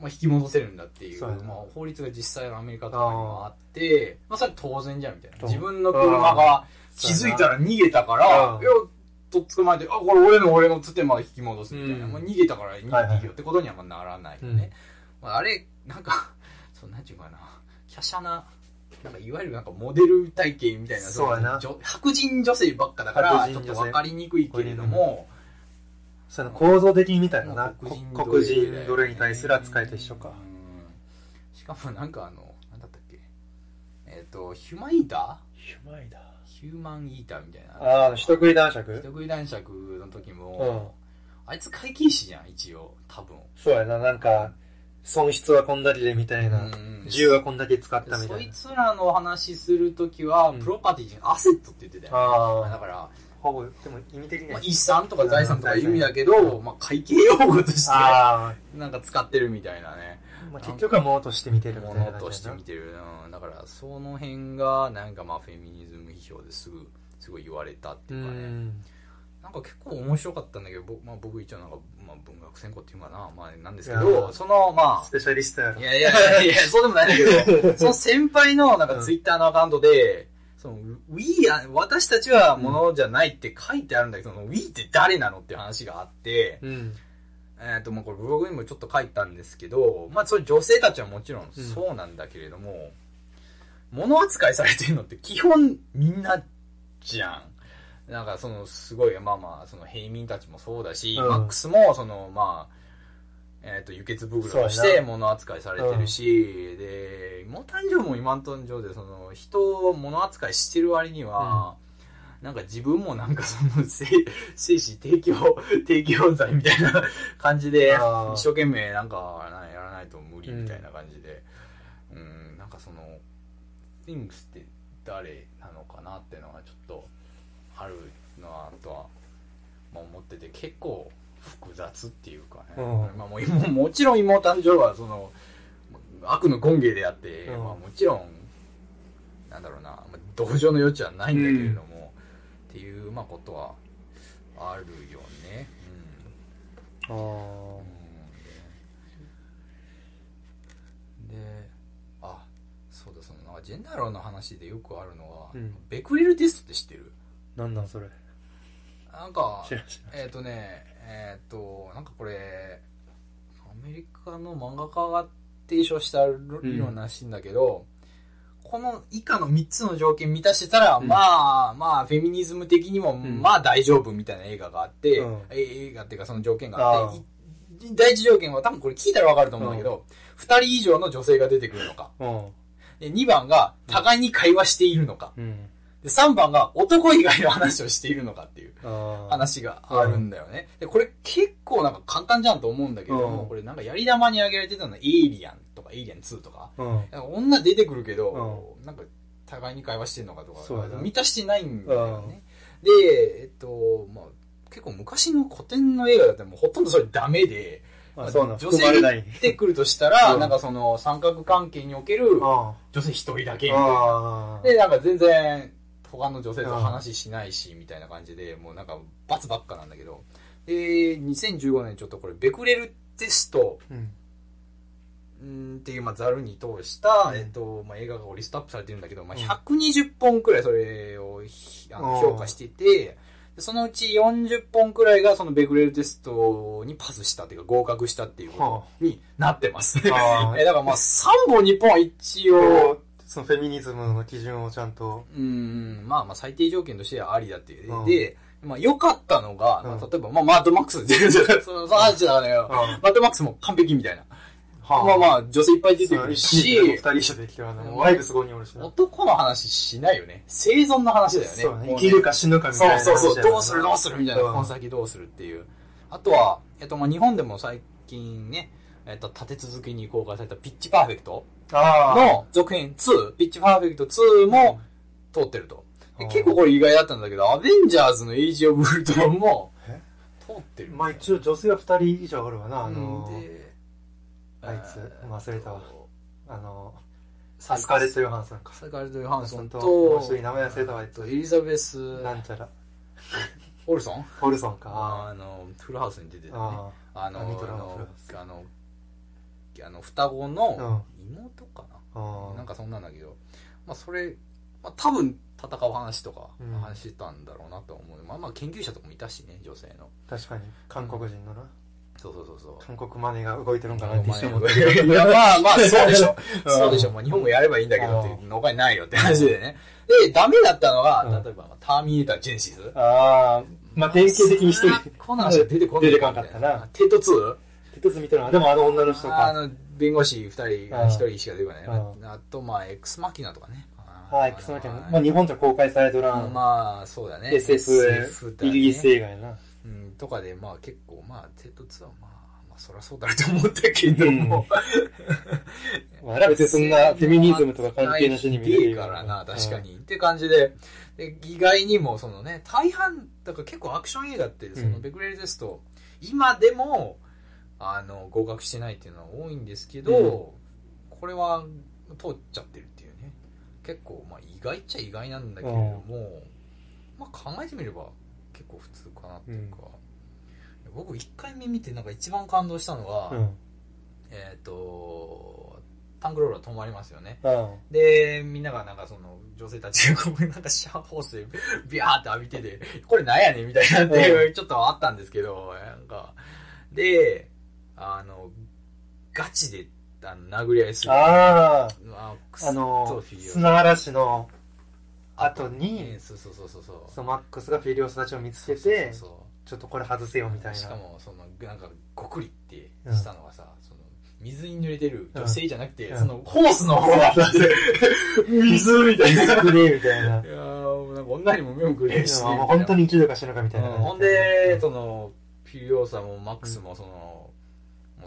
Speaker 1: まあ引き戻せるんだっていう、
Speaker 2: そうやな
Speaker 1: まあ法律が実際のアメリカとかにもあって、まあそれ当然じゃんみたいな。
Speaker 2: そう
Speaker 1: 自分の車が気づいたら逃げたから
Speaker 2: う、ん
Speaker 1: いや、とっ捕まえて、あ、これ俺の俺のつってまあ引き戻すみたいな。
Speaker 2: うん
Speaker 1: まあ逃げたから
Speaker 2: はい
Speaker 1: 逃
Speaker 2: は
Speaker 1: げ
Speaker 2: い
Speaker 1: てよってことにはまあならないよね。まああれ、なんか、そう、なんていうかな、華奢な、なんかいわゆるなんかモデル体型みたいな、
Speaker 2: そうやな
Speaker 1: の女白人女性ばっかだから、
Speaker 2: 白
Speaker 1: ちょ
Speaker 2: 人
Speaker 1: っ
Speaker 2: 女性
Speaker 1: とわかりにくいけれども、
Speaker 2: そうやな構造的に見たら
Speaker 1: ま
Speaker 2: な
Speaker 1: あ
Speaker 2: こ
Speaker 1: 奴
Speaker 2: 黒
Speaker 1: 隷だよね
Speaker 2: 人奴隷に対する扱いと一緒か
Speaker 1: うんしかもなんかあのなんだったっけえっ、とヒューマンイータ
Speaker 2: ヒュマイだ
Speaker 1: ーヒューマンイーターみたいな
Speaker 2: ああ人食い男
Speaker 1: 人
Speaker 2: 爵
Speaker 1: 食い男爵の時
Speaker 2: う
Speaker 1: も
Speaker 2: ん、
Speaker 1: あいつ会計士じゃん一応多分
Speaker 2: そうやななんか損失はこんだけでみたいな
Speaker 1: うん
Speaker 2: 銃はこんだけ使ったみた
Speaker 1: そ
Speaker 2: い
Speaker 1: い
Speaker 2: な
Speaker 1: つらのお話しする時は、
Speaker 2: うん
Speaker 1: プロパティじゃんアセットって言ってたよ、ね、だ
Speaker 2: ああ
Speaker 1: から、
Speaker 2: ほぼでも意味的に
Speaker 1: まあ
Speaker 2: は、
Speaker 1: 遺産とか財産とか
Speaker 2: うん
Speaker 1: 意味だけど、まあ、会計用語として
Speaker 2: あ
Speaker 1: なんか使ってるみたいなね
Speaker 2: あまあ結局は物として見てるみた
Speaker 1: も
Speaker 2: いな
Speaker 1: のと
Speaker 2: 感
Speaker 1: し
Speaker 2: じ
Speaker 1: て
Speaker 2: やな
Speaker 1: 見てる、うん、だからその辺がなんかまあフェミニズム批評ですぐすごい言われたって
Speaker 2: う
Speaker 1: いうかね
Speaker 2: ん
Speaker 1: なんか結構面白かったんだけど僕,、まあ、僕一応なんか、まあ、文学専攻っていうのかな、まあ、なんですけ
Speaker 2: いや
Speaker 1: ど
Speaker 2: ー
Speaker 1: そのま
Speaker 2: スペシャリストや
Speaker 1: あ
Speaker 2: ろ
Speaker 1: いやいやいやいやそうでもないんだけ
Speaker 2: (laughs)
Speaker 1: どその先輩のなんかツイッターのアカウントで、その We are 私たちはものじゃないって書いてあるんだけど、その We って誰なのっていう話があって、
Speaker 2: うん
Speaker 1: えー、ともうこれブログにもちょっと書いたんですけど、まあ、それ女性たちはもちろん
Speaker 2: うん
Speaker 1: そうなんだけれども、物扱いされてるのって基本みんなじゃん。なんかそのすごい、まあまあ、その平民たちもそうだし、
Speaker 2: うん
Speaker 1: マックスもそのまあ、えっ、と、輸血袋とし
Speaker 2: そう
Speaker 1: て
Speaker 2: やな
Speaker 1: 物扱いされてるし、で、芋誕生も今の誕生でその人を物扱いしてる割には、なんか自分もなんかその精精子提供、 (laughs) 提供罪みたいな感じで、
Speaker 2: あー
Speaker 1: 一生懸命なんかなんやらないと無理みたいな感じで、うん、なんかその、t h i n g s って誰なのかなっていうのはちょっとあるなとはまあ思ってて結構複雑っていうかね、
Speaker 2: うん
Speaker 1: まあ、もうももちろん妹誕生はその悪の根源であって、
Speaker 2: うん
Speaker 1: まあ、もちろんなんだろうな、まあ、同情の余地はないんだけれども、っていう、まあ、ことはあるよね、
Speaker 2: あー
Speaker 1: うんうん、であそうだそのなんかジェンダー論の話でよくあるのは、
Speaker 2: うん
Speaker 1: ベクレルテストって知ってる
Speaker 2: なんなんそれ
Speaker 1: なんか
Speaker 2: 知らん知らん
Speaker 1: えっ、とね、えっ、と、なんかこれ、アメリカの漫画家が提唱した理論らしいんだけど、この以下の3つの条件満たしてたら、
Speaker 2: うん
Speaker 1: まあ、まあ、フェミニズム的にも、
Speaker 2: ん
Speaker 1: まあ大丈夫みたいな映画があって、
Speaker 2: うん
Speaker 1: え映画っていうかその条件があって、
Speaker 2: あ
Speaker 1: い第一条件は多分これ聞いたらわかると思うんだけど、2人以上の女性が出てくるのか。
Speaker 2: うん
Speaker 1: で2番が、互いに会話しているのか。
Speaker 2: うん
Speaker 1: で3番が、男以外の話をしているのかっていう。
Speaker 2: ああ
Speaker 1: 話があるんだよね。で、これ結構なんか簡単じゃんと思うんだけども、
Speaker 2: うん
Speaker 1: これなんかやり玉に挙げられてたのはエイリアンとかエイリアン2とか、
Speaker 2: うん
Speaker 1: なんか女出てくるけど、なんか互いに会話してんのかとか
Speaker 2: そうやな、
Speaker 1: 満たしてないんだよね。で、えっと、まあ結構昔の古典の映画だったらもうほとんどそれダメで、まあ
Speaker 2: あそうなん
Speaker 1: 女
Speaker 2: 含ま
Speaker 1: 性
Speaker 2: れ
Speaker 1: が
Speaker 2: ない
Speaker 1: 出てくるとしたら、
Speaker 2: うん
Speaker 1: なんかその三角関係における
Speaker 2: あ
Speaker 1: 女性一人だけみたい
Speaker 2: ー
Speaker 1: な。
Speaker 2: あー
Speaker 1: で、なんか全然、他の女性と話しないし、みたいな感じで、もうなんか、罰ばっかなんだけど。で、2015年ちょっとこれ、ベクレルテスト、
Speaker 2: うん
Speaker 1: んーっていう、まあ、ざるに通した、
Speaker 2: うん
Speaker 1: えっと、まあ、映画がこうリストアップされてるんだけど、まあ、
Speaker 2: うん
Speaker 1: 120本くらいそれをひあの
Speaker 2: あー
Speaker 1: 評価してて、でそのうち40本くらいがそのベクレルテストにパスしたっていうか合格したっていうことになってます。
Speaker 2: あー
Speaker 1: (laughs) えだからまあ3本2本は一応
Speaker 2: そのフェミニズムの基準をちゃんと
Speaker 1: うん、まあまあ最低条件としてはありだっていう。
Speaker 2: うん
Speaker 1: で、まあ良かったのが、
Speaker 2: うん
Speaker 1: まあ例えば、まあマッドマックス、そのその話だからね、
Speaker 2: あ
Speaker 1: マッドマックスも完璧みたいな。
Speaker 2: あ
Speaker 1: まあまあ女性いっぱい出て
Speaker 2: そ
Speaker 1: く
Speaker 2: う
Speaker 1: る
Speaker 2: 一人
Speaker 1: し
Speaker 2: で二、人しかできてはないもうワイルス5人おるしな
Speaker 1: 男の話しないよね。生存の話だよね。
Speaker 2: そうね
Speaker 1: もうね
Speaker 2: 生きるか死ぬかみたい
Speaker 1: そ
Speaker 2: な
Speaker 1: うそうそう、どうするどう
Speaker 2: す
Speaker 1: するみたいな、
Speaker 2: うん
Speaker 1: この先どうするっていう。あとは、えっとまあ日本でも最近ね、えっと、立て続けに公開されたピッチパーフェクト
Speaker 2: るああ
Speaker 1: の続編2、ピッチパーフェクト2も通ってると。で結構これ意外だったんだけど、アベンジャーズのエイジ・オブ・ウルトラも
Speaker 2: え
Speaker 1: 通ってる。
Speaker 2: まあ一応女性は二人以上おるわな、あの
Speaker 1: うんで
Speaker 2: あいつ
Speaker 1: えー
Speaker 2: 忘れたわあの
Speaker 1: サ
Speaker 2: サスカレット・ヨハンソンか。
Speaker 1: サスカレット・ヨハンソンと、
Speaker 2: そのもう一人名前忘れたわ
Speaker 1: えっとエリザベス・
Speaker 2: なんちゃら。
Speaker 1: オルソン
Speaker 2: ホルソンか。
Speaker 1: あ
Speaker 2: あ
Speaker 1: の、フルハウスに出てたね。
Speaker 2: あ
Speaker 1: あの、あ
Speaker 2: あミトラ
Speaker 1: の
Speaker 2: フルハウス
Speaker 1: あの、あの双子の妹か
Speaker 2: あ
Speaker 1: な、
Speaker 2: あ
Speaker 1: なんかそんなんだけど、まあそれ、まあ多分戦う話とか
Speaker 2: うん
Speaker 1: 話してたんだろうなとは思う。まあまあ研究者とかもいたしね、女性の。
Speaker 2: 確かに。韓国人のな。
Speaker 1: そうそうそうそう。
Speaker 2: 韓国マネーが動いてるんかなって一瞬思ってる。
Speaker 1: いや、
Speaker 2: (laughs)
Speaker 1: まあまあ、そうでしょ。
Speaker 2: うん
Speaker 1: そうでしょ。まあ、日本もやればいいんだけどっていうのがないよって話でね。で、ダメだったのが、
Speaker 2: うん
Speaker 1: 例えば、ターミネータージェンシス。
Speaker 2: (laughs) ああ、まあ典型的に一人。
Speaker 1: こんな話は出てこない。
Speaker 2: 出てこなかったな。
Speaker 1: テッド 2?
Speaker 2: 一つ見てるな。でもあの女の人
Speaker 1: あ
Speaker 2: か。
Speaker 1: の、弁護士二人、一
Speaker 2: うん
Speaker 1: 人しか出てこない。
Speaker 2: う
Speaker 1: あと、まあ、エックスマキナとかね。
Speaker 2: はい、クソマキまあ
Speaker 1: ま
Speaker 2: 日本じゃ公開されとら
Speaker 1: あ、
Speaker 2: ん。
Speaker 1: まあ、そうだね。
Speaker 2: SF、
Speaker 1: だ
Speaker 2: イ
Speaker 1: ね
Speaker 2: ギリス映画やな。
Speaker 1: うん、とかで、まあ結構、まあ、テッド2はまあ、まあ、そりゃそうだろうと思ったけども。
Speaker 2: まあ、あれは別にそんなフェミニズムとか関係なしに見れる
Speaker 1: いい
Speaker 2: 映画
Speaker 1: からな、確か。に。って感じで、で意外にも、そのね、大半、だから結構アクション映画って、そうの
Speaker 2: ん
Speaker 1: ベクレルテスト、今でも、あの、合格してないっていうのは多いんですけど、これは通っちゃってるっていうね。結構、まあ意外っちゃ意外なんだけれども、まあ考えてみれば結構普通かなっていうか、僕1回目見てなんか一番感動したのが、
Speaker 2: うん。うん。
Speaker 1: えっ、と、タンクローラー止まりますよね。
Speaker 2: うん
Speaker 1: で、みんながなんかその、女性たちがこうなんかシャワーホースで (laughs) ビャーって浴びてて、これなんやねんみたいなっていう、ちょっとあったんですけど、なんか、で、あの、ガチで、あの、殴り合いする。
Speaker 2: ああ。
Speaker 1: あのくそ
Speaker 2: あの
Speaker 1: ト、フィーを
Speaker 2: 砂嵐の後に
Speaker 1: ね、そうそうそうそうそう
Speaker 2: そのマックスがフィリオスたちを見つけて
Speaker 1: そうそうそう
Speaker 2: ちょっとこれ外せよみたいな
Speaker 1: しかもそのなんかごくりってしたのがさ、その水に濡れてる女性じゃなくて、
Speaker 2: うん
Speaker 1: そのホースの方
Speaker 2: (laughs)
Speaker 1: が水みたいな。い
Speaker 2: グレーみ
Speaker 1: (laughs)
Speaker 2: たいな
Speaker 1: やーもうなんか女にも目もくれるし、
Speaker 2: まあ本当
Speaker 1: に、
Speaker 2: に生きるか死ぬかみた
Speaker 1: うん
Speaker 2: いな感じ、
Speaker 1: ほんで、
Speaker 2: うん
Speaker 1: そのピリオさもマックスもその、も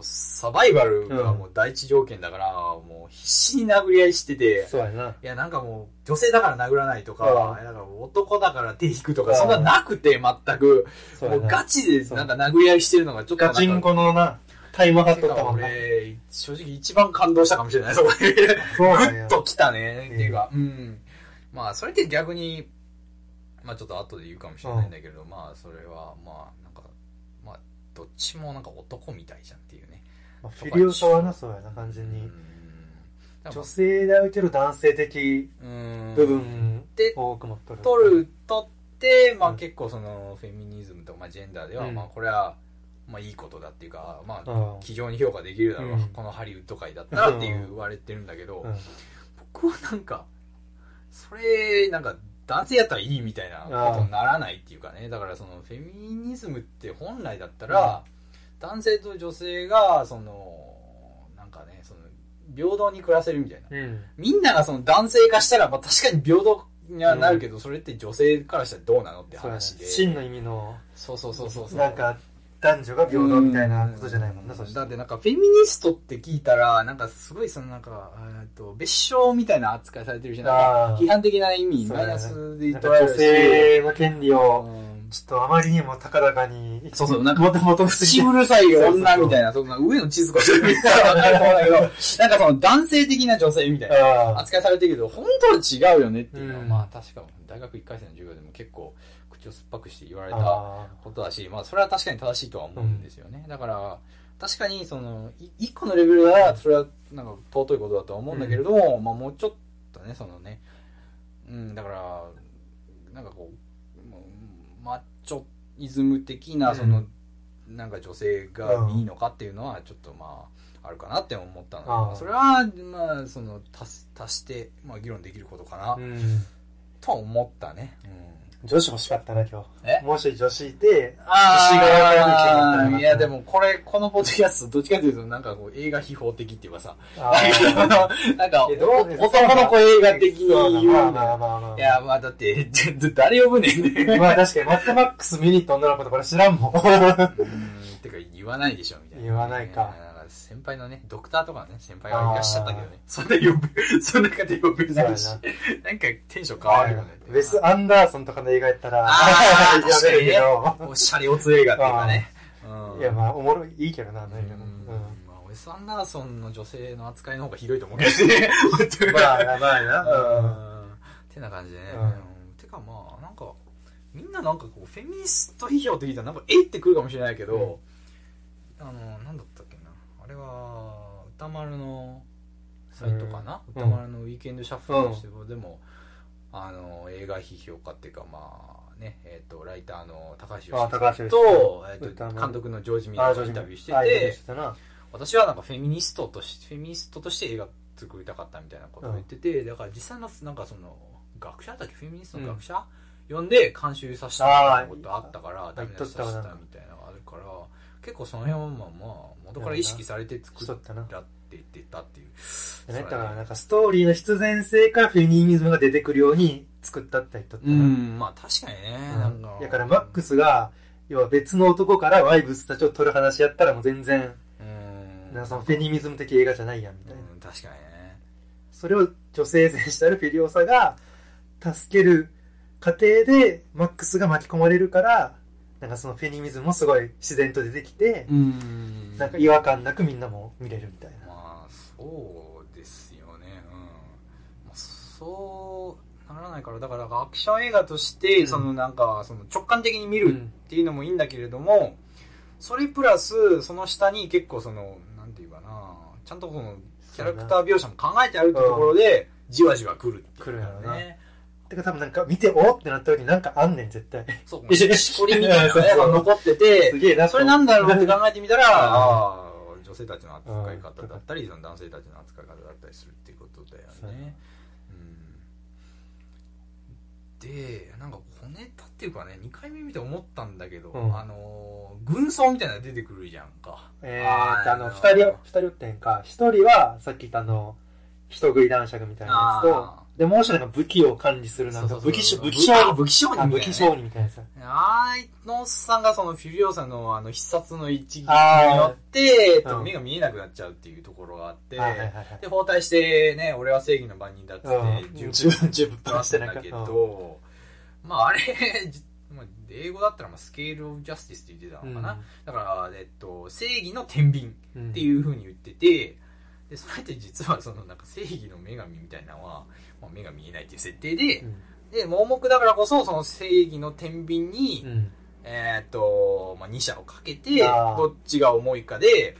Speaker 1: うサバイバルがもう第一条件だから、もう必死に殴り合いしてて、
Speaker 2: そうやない
Speaker 1: や、なんかもう、女性だから殴らないとか、
Speaker 2: うん
Speaker 1: いやだから男だから手引くとか、
Speaker 2: うん
Speaker 1: そんななくて、全く。
Speaker 2: そう
Speaker 1: も
Speaker 2: や
Speaker 1: う
Speaker 2: な
Speaker 1: ガチで、なんか殴り合いしてるのが、ちょっとな
Speaker 2: ガ
Speaker 1: んか。
Speaker 2: チンコのなタイムハットったもんな
Speaker 1: 俺、正直一番感動したかもしれ
Speaker 2: (laughs)
Speaker 1: ない、そこで。グ
Speaker 2: そうなんや
Speaker 1: (laughs) ッときたね、っていうか、うん。まあ、それって逆に、まあちょっと後で言うかもしれないんだけど、まあそれは、まあなんか、まあどっちもなんか男みたいじゃんっていうね。
Speaker 2: まあフィリオサはなそうやな完全
Speaker 1: う
Speaker 2: に
Speaker 1: んだから
Speaker 2: 女性で相手る男性的
Speaker 1: うん
Speaker 2: 部分
Speaker 1: で
Speaker 2: を多く持っとる
Speaker 1: 取る取って、まあ、
Speaker 2: うん
Speaker 1: 結構そのフェミニズムとか、まあ、ジェンダーでは、
Speaker 2: うん
Speaker 1: まあ、これは、まあ、いいことだっていうか、ま
Speaker 2: う
Speaker 1: あ、
Speaker 2: ん
Speaker 1: 非常に評価できるだろう、
Speaker 2: うん
Speaker 1: このハリウッド界だったらっていう言われてるんだけど、
Speaker 2: うん
Speaker 1: 僕はなんかそれなんか男性やったらいいみたいなことにならないっていうかねだからそのフェミニズムって本来だったら、男性と女性がそのなんかねその平等に暮らせるみたいな
Speaker 2: うん
Speaker 1: みんながその男性化したら、まあ、確かに平等にはなるけど、それって女性からしたらどうなのって
Speaker 2: そうやな
Speaker 1: 話で。
Speaker 2: 真の意味の
Speaker 1: そうそうそうそうそう。
Speaker 2: なんか男女が平等みたいなことじゃないもんな
Speaker 1: う
Speaker 2: そして
Speaker 1: だってなんかフェミニストって聞いたら、なんかすごいそのなんか、えっと、別称みたいな扱いされてるじゃ
Speaker 2: あ
Speaker 1: な
Speaker 2: ー
Speaker 1: い批判的な意味、
Speaker 2: そう
Speaker 1: マ
Speaker 2: だね
Speaker 1: イナスで
Speaker 2: なんか
Speaker 1: 捉え
Speaker 2: 女
Speaker 1: るし。
Speaker 2: 性の権利を
Speaker 1: うん
Speaker 2: ちょっとあまりにも高々に
Speaker 1: そうそうなんか
Speaker 2: もともと不
Speaker 1: 口
Speaker 2: 思
Speaker 1: うるさい女みたいな、そんな上野千鶴子ちゃんみたいなわかると思うんだけど、なんかその男性的な女性みたいな。
Speaker 2: あ
Speaker 1: 扱いされてるけど、本当は違うよねっていうのは、
Speaker 2: うん
Speaker 1: まあ確か大学1回生の授業でも結構口を酸っぱくして言わ
Speaker 2: あ
Speaker 1: れた
Speaker 2: あ
Speaker 1: ことだし、まあそれは確かに正しいとは思うんですよね。だから、確かにその、い一個のレベルはそれはなんか尊いことだとは思うんだけれども、まあもうちょっとね、そのね、うん、だから、なんかこう、もうマッチョイズム的な、その、なんか女性がいいのかっていうのは、ちょっとまあ、あるかなって思ったの
Speaker 2: ああ
Speaker 1: で、それは、まあ、その、足す足して、まあ、議論できることかな、
Speaker 2: うん
Speaker 1: とは思ったね。うん。
Speaker 2: 女子欲しかったな今
Speaker 1: え
Speaker 2: 日もう一人女子いて
Speaker 1: あ
Speaker 2: あ
Speaker 1: いや、でも、これ、このポッドキャスト、どっちかというと、なんかこう、映画秘宝的っていうか
Speaker 2: (laughs)
Speaker 1: さ、
Speaker 2: あ
Speaker 1: なんか、
Speaker 2: えどう
Speaker 1: 男の子 (laughs) 映画的に言うね
Speaker 2: まあまあまあまあ
Speaker 1: いや、まあ、だって、ちょっと誰呼ぶねんね。
Speaker 2: まあ確かにマッドマックス見に行った女の子とこれ知らんもん
Speaker 1: うーんてか言わないでしょみたいな、
Speaker 2: 言わないか
Speaker 1: んか先輩のねドクターとかのね先輩がいらっしゃったけどねそんな呼ぶ (laughs) そんな方呼べないし
Speaker 2: そ
Speaker 1: な
Speaker 2: うん
Speaker 1: かテンション変わるよね
Speaker 2: ウェス・アンダーソンとかの映画やったら
Speaker 1: あー
Speaker 2: (laughs) やべえけど
Speaker 1: おしゃれおつ映画っていうかねうん
Speaker 2: いやまあおもろいいいけどなあ
Speaker 1: うん
Speaker 2: の映画もうん
Speaker 1: まあウェス・アンダーソンの女性の扱いの方がひどいと思うけどね本当に
Speaker 2: まあやばいな
Speaker 1: うんてな感じでね、
Speaker 2: うん
Speaker 1: うんてかまあなんかみんななんかこうフェミニスト批評って聞いたらなんかえってくるかもしれないけど、あのなんだったっけなあれは歌丸のサイトかな、
Speaker 2: うん
Speaker 1: 歌丸のウィーケンドシャッフルのしても、でもあの映画批評家っていうかまあねえっ、とライターの高橋
Speaker 2: あ
Speaker 1: 由
Speaker 2: 高橋
Speaker 1: 伸
Speaker 2: 由
Speaker 1: と,、え
Speaker 2: 歌
Speaker 1: ー、
Speaker 2: 丸
Speaker 1: と監督のジョージ・ミ
Speaker 2: あ
Speaker 1: ラ
Speaker 2: あ
Speaker 1: ーがインタビューして
Speaker 2: あインタビュー
Speaker 1: て
Speaker 2: してたな
Speaker 1: 私はなんかフェミニストとしてフェミニストとして映画作りたかったみたいなことを言ってて、だから実際のなんかその学者だっけフェミニストの学者、呼んで監修させたみたいなことあったからダメ出しさせたみたいなのがあるから結構その辺はまあまあ元から意識されて
Speaker 2: し
Speaker 1: 作
Speaker 2: と
Speaker 1: っ
Speaker 2: ったな
Speaker 1: たって言ってたっていう
Speaker 2: ね、だからなんかストーリーの必然性からフェニニズムが出てくるように作ったって言っとった
Speaker 1: う
Speaker 2: な、
Speaker 1: んまあ確かにね、
Speaker 2: うん
Speaker 1: なんか
Speaker 2: だからマックスが要は別の男からワイブスたちを取る話やったらもう全然
Speaker 1: うん
Speaker 2: なんかそのフェニニズム的映画じゃないやんみたいな、
Speaker 1: うん確かにね
Speaker 2: それを女性前したるフィリオサが助ける過程でマックスが巻き込まれるからなんかそのフェニニズムもすごい自然と出てきて、
Speaker 1: うん
Speaker 2: なんか違和感なくみんなも見れるみたいな、
Speaker 1: まあそうですよねうん、まあ、そうならないからだからアクション映画として、
Speaker 2: うん
Speaker 1: そのなんかその直感的に見
Speaker 2: う
Speaker 1: るっ
Speaker 2: ん
Speaker 1: ていうのもいいんだけれども、それプラスその下に結構そのなんていうかなちゃんとこのキャラクター描写も考えてあるってところで、じわじわ来るっていう
Speaker 2: 来るやろ
Speaker 1: か
Speaker 2: な
Speaker 1: ね
Speaker 2: てか多分なんか見ておってなった時になんかあんねん絶対
Speaker 1: そうしこりみたいなのがね
Speaker 2: (laughs) そうそう
Speaker 1: 残ってて
Speaker 2: すげえなと
Speaker 1: それなんだろうって考えてみたら、ああ、女性たちの扱い方
Speaker 2: うん
Speaker 1: だったり、その男性たちの扱い方だったりするっていうことだよ
Speaker 2: そう
Speaker 1: ね。うんでなんか小ネタっていうかね2回目見て思ったんだけど、
Speaker 2: うん
Speaker 1: あのー軍曹みたいなの出てくるじゃんか
Speaker 2: えーっと、あの、
Speaker 1: あー
Speaker 2: 二人、二人おってんか。一人は、さっき言ったあの、人食い男爵みたいなやつと、
Speaker 1: あ
Speaker 2: で、もう一人なんか武器を管理するなんか、
Speaker 1: そうそうそう
Speaker 2: 武器商
Speaker 1: 武
Speaker 2: 武器商人
Speaker 1: あ武器商人みたい
Speaker 2: あ
Speaker 1: なね
Speaker 2: 武器商人みたいなやつ。
Speaker 1: あーのおっさんがそのフィリオさんのあの必殺の一撃に乗
Speaker 2: あ
Speaker 1: って、えっ
Speaker 2: う
Speaker 1: と、
Speaker 2: ん
Speaker 1: 目が見えなくなっちゃうっていうところがあって、
Speaker 2: ーはいはいはいはい
Speaker 1: で、包帯して、ね、俺は正義の番人だっつって、
Speaker 2: うん
Speaker 1: 銃
Speaker 2: 銃銃ぶっ放して
Speaker 1: ぶっ
Speaker 2: なん
Speaker 1: 放
Speaker 2: か
Speaker 1: だけど、まああれ、じまあ英語だったらまあスケール・オブ・ジャスティスって言ってたのかな。だから、えっと、正義の天秤
Speaker 2: うん
Speaker 1: っていうふうに言ってて、で、それって実はそのなんか正義の女神みたいなのは、まあ、目が見えないっていう設定で
Speaker 2: う、ん
Speaker 1: で、盲目だからこそ、その正義の天秤に、
Speaker 2: うん
Speaker 1: えーっと、まあ、2社をかけて、
Speaker 2: あー
Speaker 1: どっちが重いかで、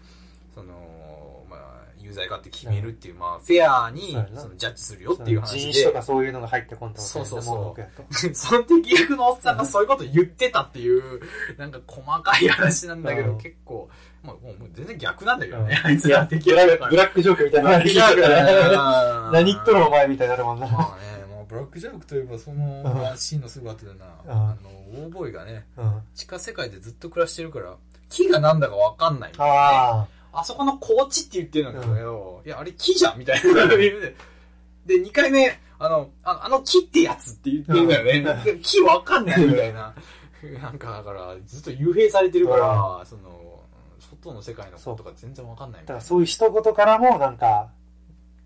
Speaker 1: その、まあ、有罪かって決めるっていう、まあ、フェアに
Speaker 2: そうや、な
Speaker 1: その、ジャッジするよっていう話
Speaker 2: 人
Speaker 1: で、
Speaker 2: 種とかそういうのが入ってこんってこと
Speaker 1: そうそうそう
Speaker 2: 盲目やと
Speaker 1: (laughs) その敵役のおっさんがそういうこと言ってたっていう、なんか細かい話なんだけ
Speaker 2: う
Speaker 1: ど、
Speaker 2: ん
Speaker 1: 結構、まあ、もうもう全然逆なんだけどね、
Speaker 2: う
Speaker 1: あいつら敵
Speaker 2: ブ
Speaker 1: 役だ
Speaker 2: ラ
Speaker 1: か
Speaker 2: ック
Speaker 1: ら。
Speaker 2: ブラックジョークみたいな話
Speaker 1: 敵役だから (laughs)
Speaker 2: 何言っとるお前みたいになるもんな。
Speaker 1: まあね、もうブラックジャークといえばその、
Speaker 2: うん
Speaker 1: まあシーンのすぐ後でな、
Speaker 2: うん
Speaker 1: あの、大ボーイがね、
Speaker 2: うんあ
Speaker 1: 地下世界でずっと暮らしてるから、木がなんだかわかんないみたいなね、
Speaker 2: あ
Speaker 1: あそこの高地って言ってるんだけど、いや、あれ木じゃんみたいな。 (laughs) で、2回目、あの、ああの木ってやつって言ってるんだよね。で木わかんないみたいな。 (laughs) なんか、だから、ずっと幽閉されてるから、その、外の世界のことが全然わかんないみ
Speaker 2: だ
Speaker 1: たいな。
Speaker 2: からそういう一言からもなんか、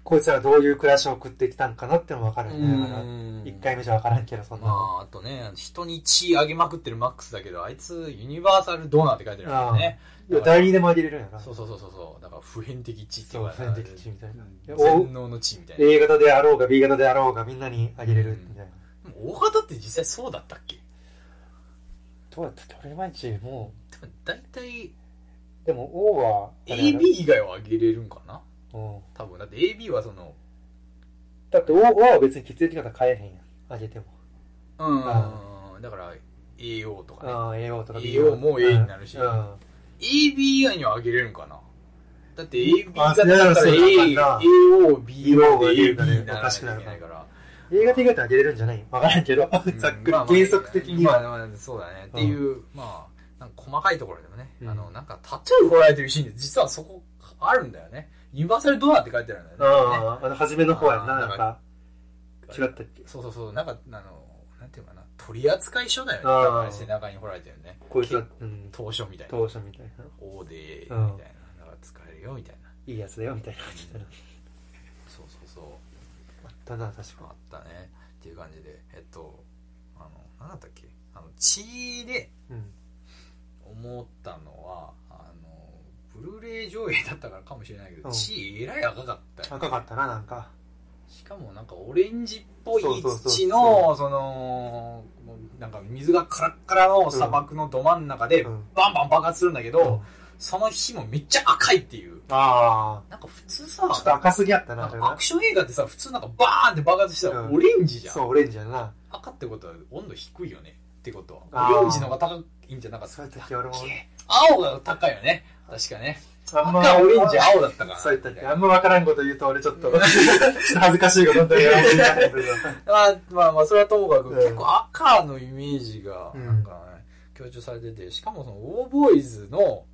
Speaker 2: こいつらどういう暮らしを送ってきたんかなってのもわかるよ
Speaker 1: う
Speaker 2: ねだから。
Speaker 1: ん
Speaker 2: 一回目じゃわからんけど、そんな
Speaker 1: ま
Speaker 2: の。
Speaker 1: あ、あとね、人に血あげまくってるマックスだけど、あいつ、ユニバーサルドナーって書いてるんだよね。
Speaker 2: いや代理でもあげれるんやな。
Speaker 1: そうそうそうそうそう。だから、普遍的血ってい
Speaker 2: そうう、
Speaker 1: か、
Speaker 2: 戦敵地みたいな。
Speaker 1: 全能の血みたいな。
Speaker 2: A 型であろうが B 型であろうがみんなにあげれるみたいな。
Speaker 1: でも大型って実際そうだったっけ
Speaker 2: どうやったって俺いまいちも
Speaker 1: でも大体、
Speaker 2: う、でも O は、あれやろ
Speaker 1: AB 以外はあげれるんかな
Speaker 2: うん
Speaker 1: 多分。だって AB はその、
Speaker 2: だって O は別に血液型変えへんやん。あげても。
Speaker 1: うん、だから AO とかね。
Speaker 2: ああ、AO とか
Speaker 1: AO も A になるし
Speaker 2: うん。うん
Speaker 1: AB 以外にはあげれるんかなだって AB だ
Speaker 2: あ
Speaker 1: ったら
Speaker 2: そうだそう
Speaker 1: A
Speaker 2: だ
Speaker 1: AO、
Speaker 2: AO が
Speaker 1: BO で AB にならな
Speaker 2: おか
Speaker 1: い
Speaker 2: し
Speaker 1: とい
Speaker 2: くなる
Speaker 1: けないから。
Speaker 2: A 型以外とあげれるんじゃないわからんけど、ざっくり
Speaker 1: まあまあ
Speaker 2: 原則的には。
Speaker 1: まあまあそうだね。っていう、まあ、なんか細かいところでもね、
Speaker 2: うん
Speaker 1: あの、なんかタトゥー彫られてるシーンで実はそこあるんだよね。ユニバーサルドアって書いてあるんだよね。
Speaker 2: ああ、あの、初めの方やん
Speaker 1: あ
Speaker 2: な、
Speaker 1: ー
Speaker 2: なんか。違ったっけ
Speaker 1: そうそうそう、なんか、あの、なんていうのかな、取扱書だよね。
Speaker 2: あー
Speaker 1: なんかね背中に掘られてるね。
Speaker 2: こいつは、うん、
Speaker 1: 当初みたいな。
Speaker 2: 当初みたいな。
Speaker 1: 王で、みたいな。
Speaker 2: うん
Speaker 1: なんか使えるよ、みたいな。
Speaker 2: いいやつだよ、みたいな感じだな。
Speaker 1: そうそうそう。
Speaker 2: あったな、確か
Speaker 1: あったね。っていう感じで、えっと、あの、なんだったっけあの、血で
Speaker 2: に。うん。
Speaker 1: 思ったのは、あの、ブルーレイ上映だったからかもしれないけど、
Speaker 2: うん
Speaker 1: 血えらい赤かったよね
Speaker 2: 赤かったな、なんか。
Speaker 1: しかもなんかオレンジっぽい
Speaker 2: そうそうそう
Speaker 1: 土の、その、もうなんか水がカラッカラの砂漠のど真ん中で
Speaker 2: うん
Speaker 1: バンバン爆発するんだけ
Speaker 2: う
Speaker 1: ど
Speaker 2: ん、
Speaker 1: その火もめっちゃ赤いっていう。
Speaker 2: あ
Speaker 1: なんか普通さ
Speaker 2: あ。ちょっ、と赤すぎやったな、
Speaker 1: なん
Speaker 2: あれ
Speaker 1: かア
Speaker 2: な
Speaker 1: ク。ション映画ってさ、普通なんかバーンって爆発したら
Speaker 2: うん
Speaker 1: オレンジじゃ
Speaker 2: そ
Speaker 1: ん。
Speaker 2: う、オレンジやな。
Speaker 1: 赤ってことは温度低いよね。ってことは。
Speaker 2: あー
Speaker 1: オレンジの方が高いんじゃなかっ
Speaker 2: そ
Speaker 1: た
Speaker 2: う
Speaker 1: っ
Speaker 2: やったっけ、俺も。
Speaker 1: け青が高いよね。確かね。
Speaker 2: あんま
Speaker 1: 赤、オレンジ、青だったから。
Speaker 2: そうやったっけ、あんまわからんこと言うと俺ちょっと、ちょっと恥ずかしいこと本当にやらせても
Speaker 1: (laughs)
Speaker 2: らうんだけど
Speaker 1: まあまあまあ、それはともかく、
Speaker 2: うん
Speaker 1: 結構赤のイメージが、
Speaker 2: うん
Speaker 1: なんかね、強調されてて、しかもその、オーボーイズの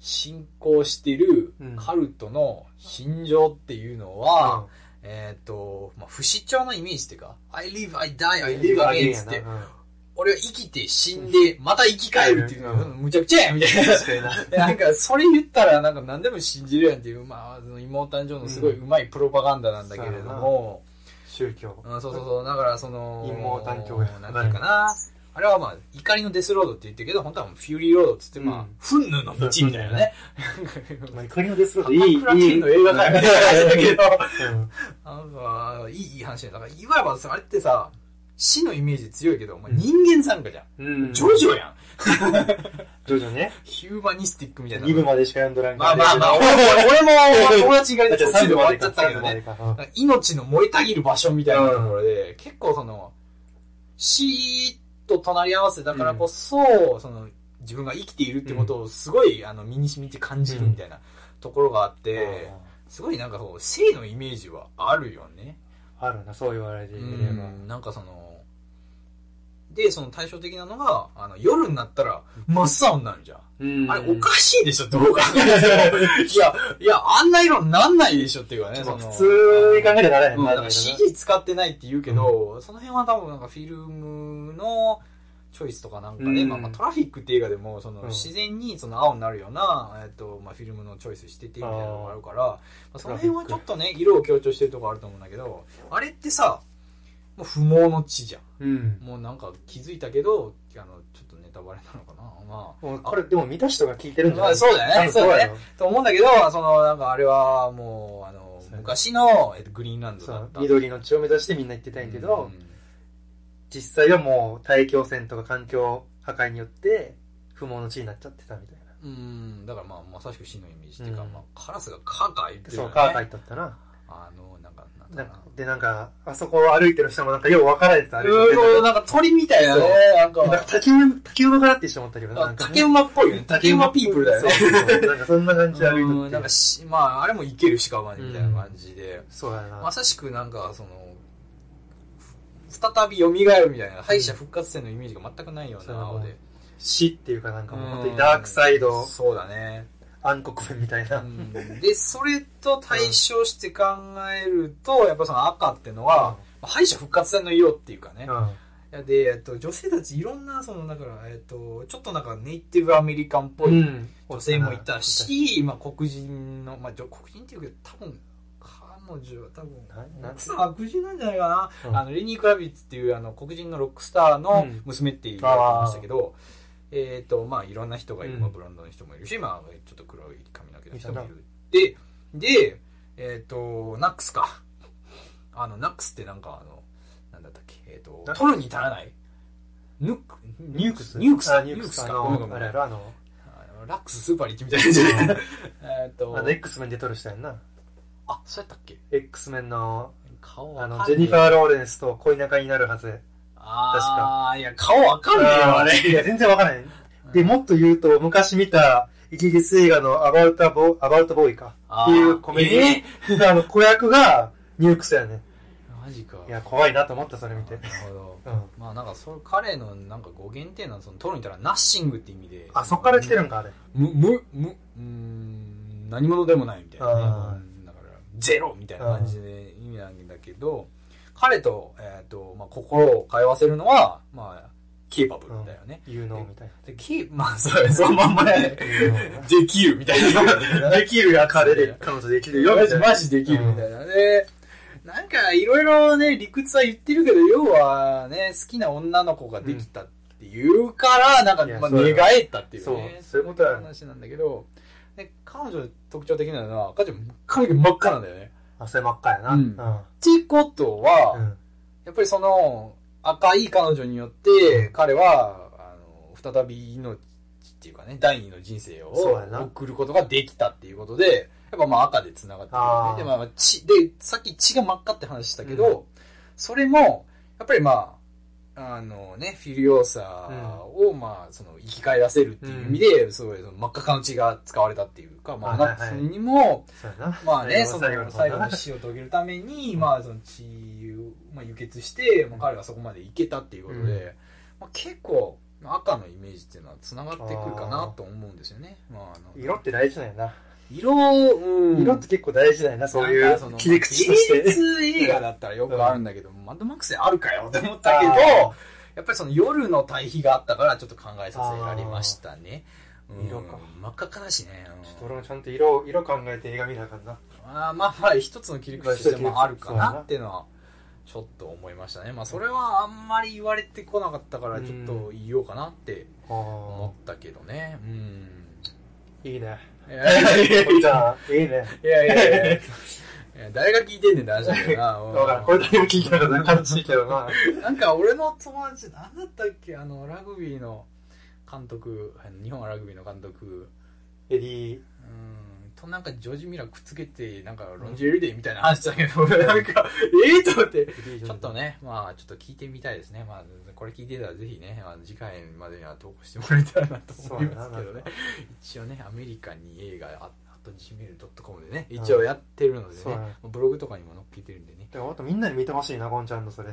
Speaker 1: 信仰してる
Speaker 2: うん
Speaker 1: カルトの心情っていうのは、えっ、と、まあ、不死鳥のイメージっていうか、I live, I die, I
Speaker 2: リ
Speaker 1: live again
Speaker 2: バーゲ
Speaker 1: っつ
Speaker 2: ー
Speaker 1: って
Speaker 2: や、な。うん
Speaker 1: 俺は生きて死んで、また生き返るっていうのは、
Speaker 2: うん
Speaker 1: むちゃくちゃやみたいな。
Speaker 2: 確かにな。
Speaker 1: なんか、それ言ったら、なんか何でも信じるやんっていう、まあ、その妹誕生のすごいうまいプロパガンダなんだけれども、
Speaker 2: 宗教。
Speaker 1: うん、そうそうそう、だからその、
Speaker 2: 陰謀探求や
Speaker 1: なんていうかな。あれはまあ、怒りのデスロードって言ってるけど、本当はフューリーロードって言って、まあ、
Speaker 2: うん
Speaker 1: 憤怒の道みたいなね。
Speaker 2: まあ、怒りのデスロード、いい、い
Speaker 1: (laughs) い
Speaker 2: い。
Speaker 1: (laughs) い、いいの映画界みたいな話だけど、
Speaker 2: うん
Speaker 1: なんか、いい、いい話だよだから、いわばさ、あれってさ、死のイメージ強いけど、まあ、人間参加じゃん。
Speaker 2: うん。
Speaker 1: ジョジョやん。
Speaker 2: ジョジョね。
Speaker 1: ヒューマニスティックみたいな。
Speaker 2: 2部までしか読んどらん
Speaker 1: まあまあまあ、俺も、俺も、友達以外で途中で終わっちゃったけどね。
Speaker 2: ね。
Speaker 1: 命の燃えたぎる場所みたいなところで、結構その、死と隣り合わせだからこそ、その、自分が生きているってことをすごい、あの、身に染みて感じるみたいなところがあって、すごいなんかこう、生のイメージはあるよね。
Speaker 2: あるな、そう言われて
Speaker 1: う
Speaker 2: みれば。
Speaker 1: ん、なんかその、で、その対照的なのが、あの、夜になったら、真っ青になるじゃん。
Speaker 2: うん
Speaker 1: あれ、おかしいでしょ、どう考えて
Speaker 2: (laughs)
Speaker 1: も。いや、いや、あんな色になんないでしょっていうかね、その。
Speaker 2: 普通に考えてならへん
Speaker 1: うん、
Speaker 2: な
Speaker 1: なんか CG 使ってないって言うけど、その辺は多分なんかフィルムのチョイスとかなんかで、
Speaker 2: うん
Speaker 1: まあ、まあトラフィックって映画でもその
Speaker 2: うん
Speaker 1: 自然にその青になるような、えっとまあ、フィルムのチョイスしててみたいなのがあるからまあ、その辺はちょっとね色を強調してるとこあると思うんだけどあれってさもう不毛の地じゃん
Speaker 2: うん。
Speaker 1: もうなんか気づいたけどあのちょっとネタバレなのかなまあ
Speaker 2: もうこれ、でも見た人が聞いてるんじゃな
Speaker 1: ま
Speaker 2: い
Speaker 1: あそうだよね
Speaker 2: 多分そうだよ。
Speaker 1: と思うんだけどそのなんかあれはもうあの
Speaker 2: そう
Speaker 1: 昔の、えっと、グリーンランド
Speaker 2: そ
Speaker 1: だっ
Speaker 2: う
Speaker 1: た
Speaker 2: 緑の血を目指してみんな言ってたんやけど、
Speaker 1: うん
Speaker 2: 実際はもう大気汚染とか環境破壊によって不毛の地になっちゃってたみたいな。
Speaker 1: うんだからまあまさしく死のイメージっていうか、
Speaker 2: うん
Speaker 1: まあ、カラスがカーカー言ってる
Speaker 2: そ
Speaker 1: よ
Speaker 2: う、
Speaker 1: ね
Speaker 2: 川が入ったったな。
Speaker 1: あのなんかなんだ
Speaker 2: な
Speaker 1: ろ
Speaker 2: ん
Speaker 1: う
Speaker 2: か
Speaker 1: な
Speaker 2: で、なんか、あそこを歩いてる人もなんかよう分かられてた。歩いて
Speaker 1: う
Speaker 2: る
Speaker 1: んそうなんか鳥みたいなねなん
Speaker 2: なんか
Speaker 1: か
Speaker 2: 竹馬、竹馬かなって一緒思ったけどな
Speaker 1: な
Speaker 2: なんん
Speaker 1: か
Speaker 2: かね
Speaker 1: 竹馬っぽいよね竹馬ピープルだよね
Speaker 2: そうそうそうなんかそんな感じで歩い
Speaker 1: うん
Speaker 2: と
Speaker 1: な
Speaker 2: っ
Speaker 1: ん
Speaker 2: て
Speaker 1: か。しまああれもいけるしかまでみたいな感じで、
Speaker 2: そうやな
Speaker 1: ま。さしくなんかそのふ再び蘇るみたいな敗者復活戦のイメージが全くないような青で、
Speaker 2: 死っていうかなんかもう本当
Speaker 1: う
Speaker 2: に
Speaker 1: ん
Speaker 2: ダークサイド、
Speaker 1: そうだね
Speaker 2: 暗黒面みたいな。
Speaker 1: うんでそれと対照して考えると、やっぱその赤ってのは、敗者復活戦の色っていうかね、
Speaker 2: うん
Speaker 1: で、えっと、女性たちいろんなそのだから、えっと、ちょっとなんかネイティブアメリカンっぽ
Speaker 2: う
Speaker 1: い
Speaker 2: ん
Speaker 1: 女性もいたし、まあ、黒人の、まあ、女黒人っていうけど多分彼女は多分
Speaker 2: ななん
Speaker 1: 奥さんは黒人なんじゃないかな、
Speaker 2: うん
Speaker 1: あのレニー・クラビッツっていうあの黒人のロックスターの娘って言われてましたけど、えっ、とまあいろんな人がいる、
Speaker 2: うん
Speaker 1: まあ、ブランドの人もいるし、まあ、ちょっと黒い髪の毛の人もい
Speaker 2: い
Speaker 1: るででえっ、とナックスかあのナックスってなんかあのなんだったっけえっ、と
Speaker 2: ナックス
Speaker 1: 取るに足らないヌック
Speaker 2: ニュークス
Speaker 1: ニュークス
Speaker 2: あ、ニュークス
Speaker 1: ニ
Speaker 2: あ
Speaker 1: ュークスかごめんご
Speaker 2: の、
Speaker 1: めん
Speaker 2: あれやろ、あの、
Speaker 1: あのラックススーパーに行ってみたい (laughs) なやつえっと
Speaker 2: あの、X メンで撮る人やんな。
Speaker 1: あそうやったっけ
Speaker 2: X メンの、
Speaker 1: 顔わか
Speaker 2: あ
Speaker 1: んね
Speaker 2: の、
Speaker 1: え
Speaker 2: ジェニファー・ローレンスと恋仲になるはず。
Speaker 1: ああいや顔わかんねえよあれ
Speaker 2: いや、全然わからへん。で、もっと言うと、昔見た、イギリス映画のアバウトボー、アバウトボーイか。っていうコメディ
Speaker 1: え
Speaker 2: あの、子役がニュークスやね。
Speaker 1: ーマジか
Speaker 2: いや、怖いなと思った、それ見て。
Speaker 1: なるほど
Speaker 2: うん。
Speaker 1: まあなんかそれ彼のなんか語源っていうのはその取るにたらナッシングって意味で
Speaker 2: あ、そっから来てるんか、あれ。
Speaker 1: むむむうーん何者でもないみたいな
Speaker 2: あ
Speaker 1: ねうんだからゼロみたいな感じで意味なんだけど彼と,、えーとまあ、心を通わせるのは、まあ、ケーパブルだよね、
Speaker 2: 有能みたい
Speaker 1: でキーまあそうそのまんまやね
Speaker 2: な。有能やな
Speaker 1: できるみたいな
Speaker 2: (laughs) できるや、彼で、彼女できるよ、みたいな。
Speaker 1: マジできるみたいな。で、なんかいろいろね、理屈は言ってるけど、要はね、好きな女の子ができたっていうから、なんか、
Speaker 2: いや
Speaker 1: まあ、
Speaker 2: そう
Speaker 1: 寝
Speaker 2: よ
Speaker 1: 返ったっていうね。
Speaker 2: そうそういうことや
Speaker 1: 話なんだけど、で彼女特徴的なのは、彼女髪の毛真っ赤なんだよね。
Speaker 2: 汗真っ赤やな。
Speaker 1: う
Speaker 2: うんん。
Speaker 1: ってことは、
Speaker 2: うん
Speaker 1: やっぱりその、赤い彼女によって、彼は、あの、再び命っていうかね、第二の人生を
Speaker 2: そうやな
Speaker 1: 送ることができたっていうことで、やっぱまあ赤で繋がってるよ
Speaker 2: あー
Speaker 1: ね。で、まあ血、で、さっき血が真っ赤って話したけど、それも、やっぱりまあ、あのね、フィリオーサを、まあ、その、生き返らせるっていう意味で、すごい、その真っ赤かの血が使われたっていうか、まあ、
Speaker 2: はい
Speaker 1: ナ
Speaker 2: は
Speaker 1: ッ
Speaker 2: いはい
Speaker 1: クスにも、
Speaker 2: そうやな。
Speaker 1: まあね、その
Speaker 2: 最後の
Speaker 1: 最
Speaker 2: 最
Speaker 1: 後
Speaker 2: 後
Speaker 1: の
Speaker 2: の
Speaker 1: 死を遂げるために、まあその血を、まあ、輸血して、まあ、彼はそこまで行けたっていうことで、
Speaker 2: うん
Speaker 1: まあ、結構まあ赤のイメージっていうのは繋がってくるかなと思うんですよね。まあ、あの
Speaker 2: 色って大事なんやな。
Speaker 1: 色を、うん、
Speaker 2: 色って結構大事なんやな、そうい
Speaker 1: なん
Speaker 2: う
Speaker 1: かその
Speaker 2: 切り口として。
Speaker 1: 芸術映画だったらよくあるんだけど、マッドマックスであるかよって思ったけど、
Speaker 2: あ
Speaker 1: やっぱりその夜の対比があったからちょっと考えさせられましたね。うん
Speaker 2: 色か
Speaker 1: 真っ赤かだしね。うん
Speaker 2: ーちょっと俺もちゃんと色を、色考えて映画見なあかんな。
Speaker 1: あーまあまあ一つの切り口としてもあるかなっていうのはちょっと思いましたねまあそれはあんまり言われてこなかったからちょっと言おうかなって
Speaker 2: あ
Speaker 1: 思ったけどねうん
Speaker 2: あ、いいね。
Speaker 1: いやいやいや
Speaker 2: こっちゃん、いいね。
Speaker 1: いやいやいや誰が聞いてんねんって話だけ (laughs) どな
Speaker 2: だから、これだけも聞いてなかったら悲しいけどな。
Speaker 1: なんか俺の友達なんだったっけあのラグビーの監督日本ラグビーの監督
Speaker 2: エリー、
Speaker 1: うんとなんかジョージ・ミラーくっつけてなんかロンジェルデーみたいな話だけど (laughs) 俺なんかええと思って
Speaker 2: エリー
Speaker 1: ちょっとね、まあ、ちょっと聞いてみたいですね。まあ、これ聞いてたらぜひね、あの次回までには投稿してもらえたらなと思いますけど
Speaker 2: そ
Speaker 1: ね
Speaker 2: うだななんか。
Speaker 1: 一応ね、アメリカに映画、ああと gmail.com でね、一応やってるので
Speaker 2: そう
Speaker 1: ね
Speaker 2: だね、
Speaker 1: ブログとかにも載っけてるんでね。
Speaker 2: でも、あとみんなに見てほしいな、ゴンちゃんのそれ。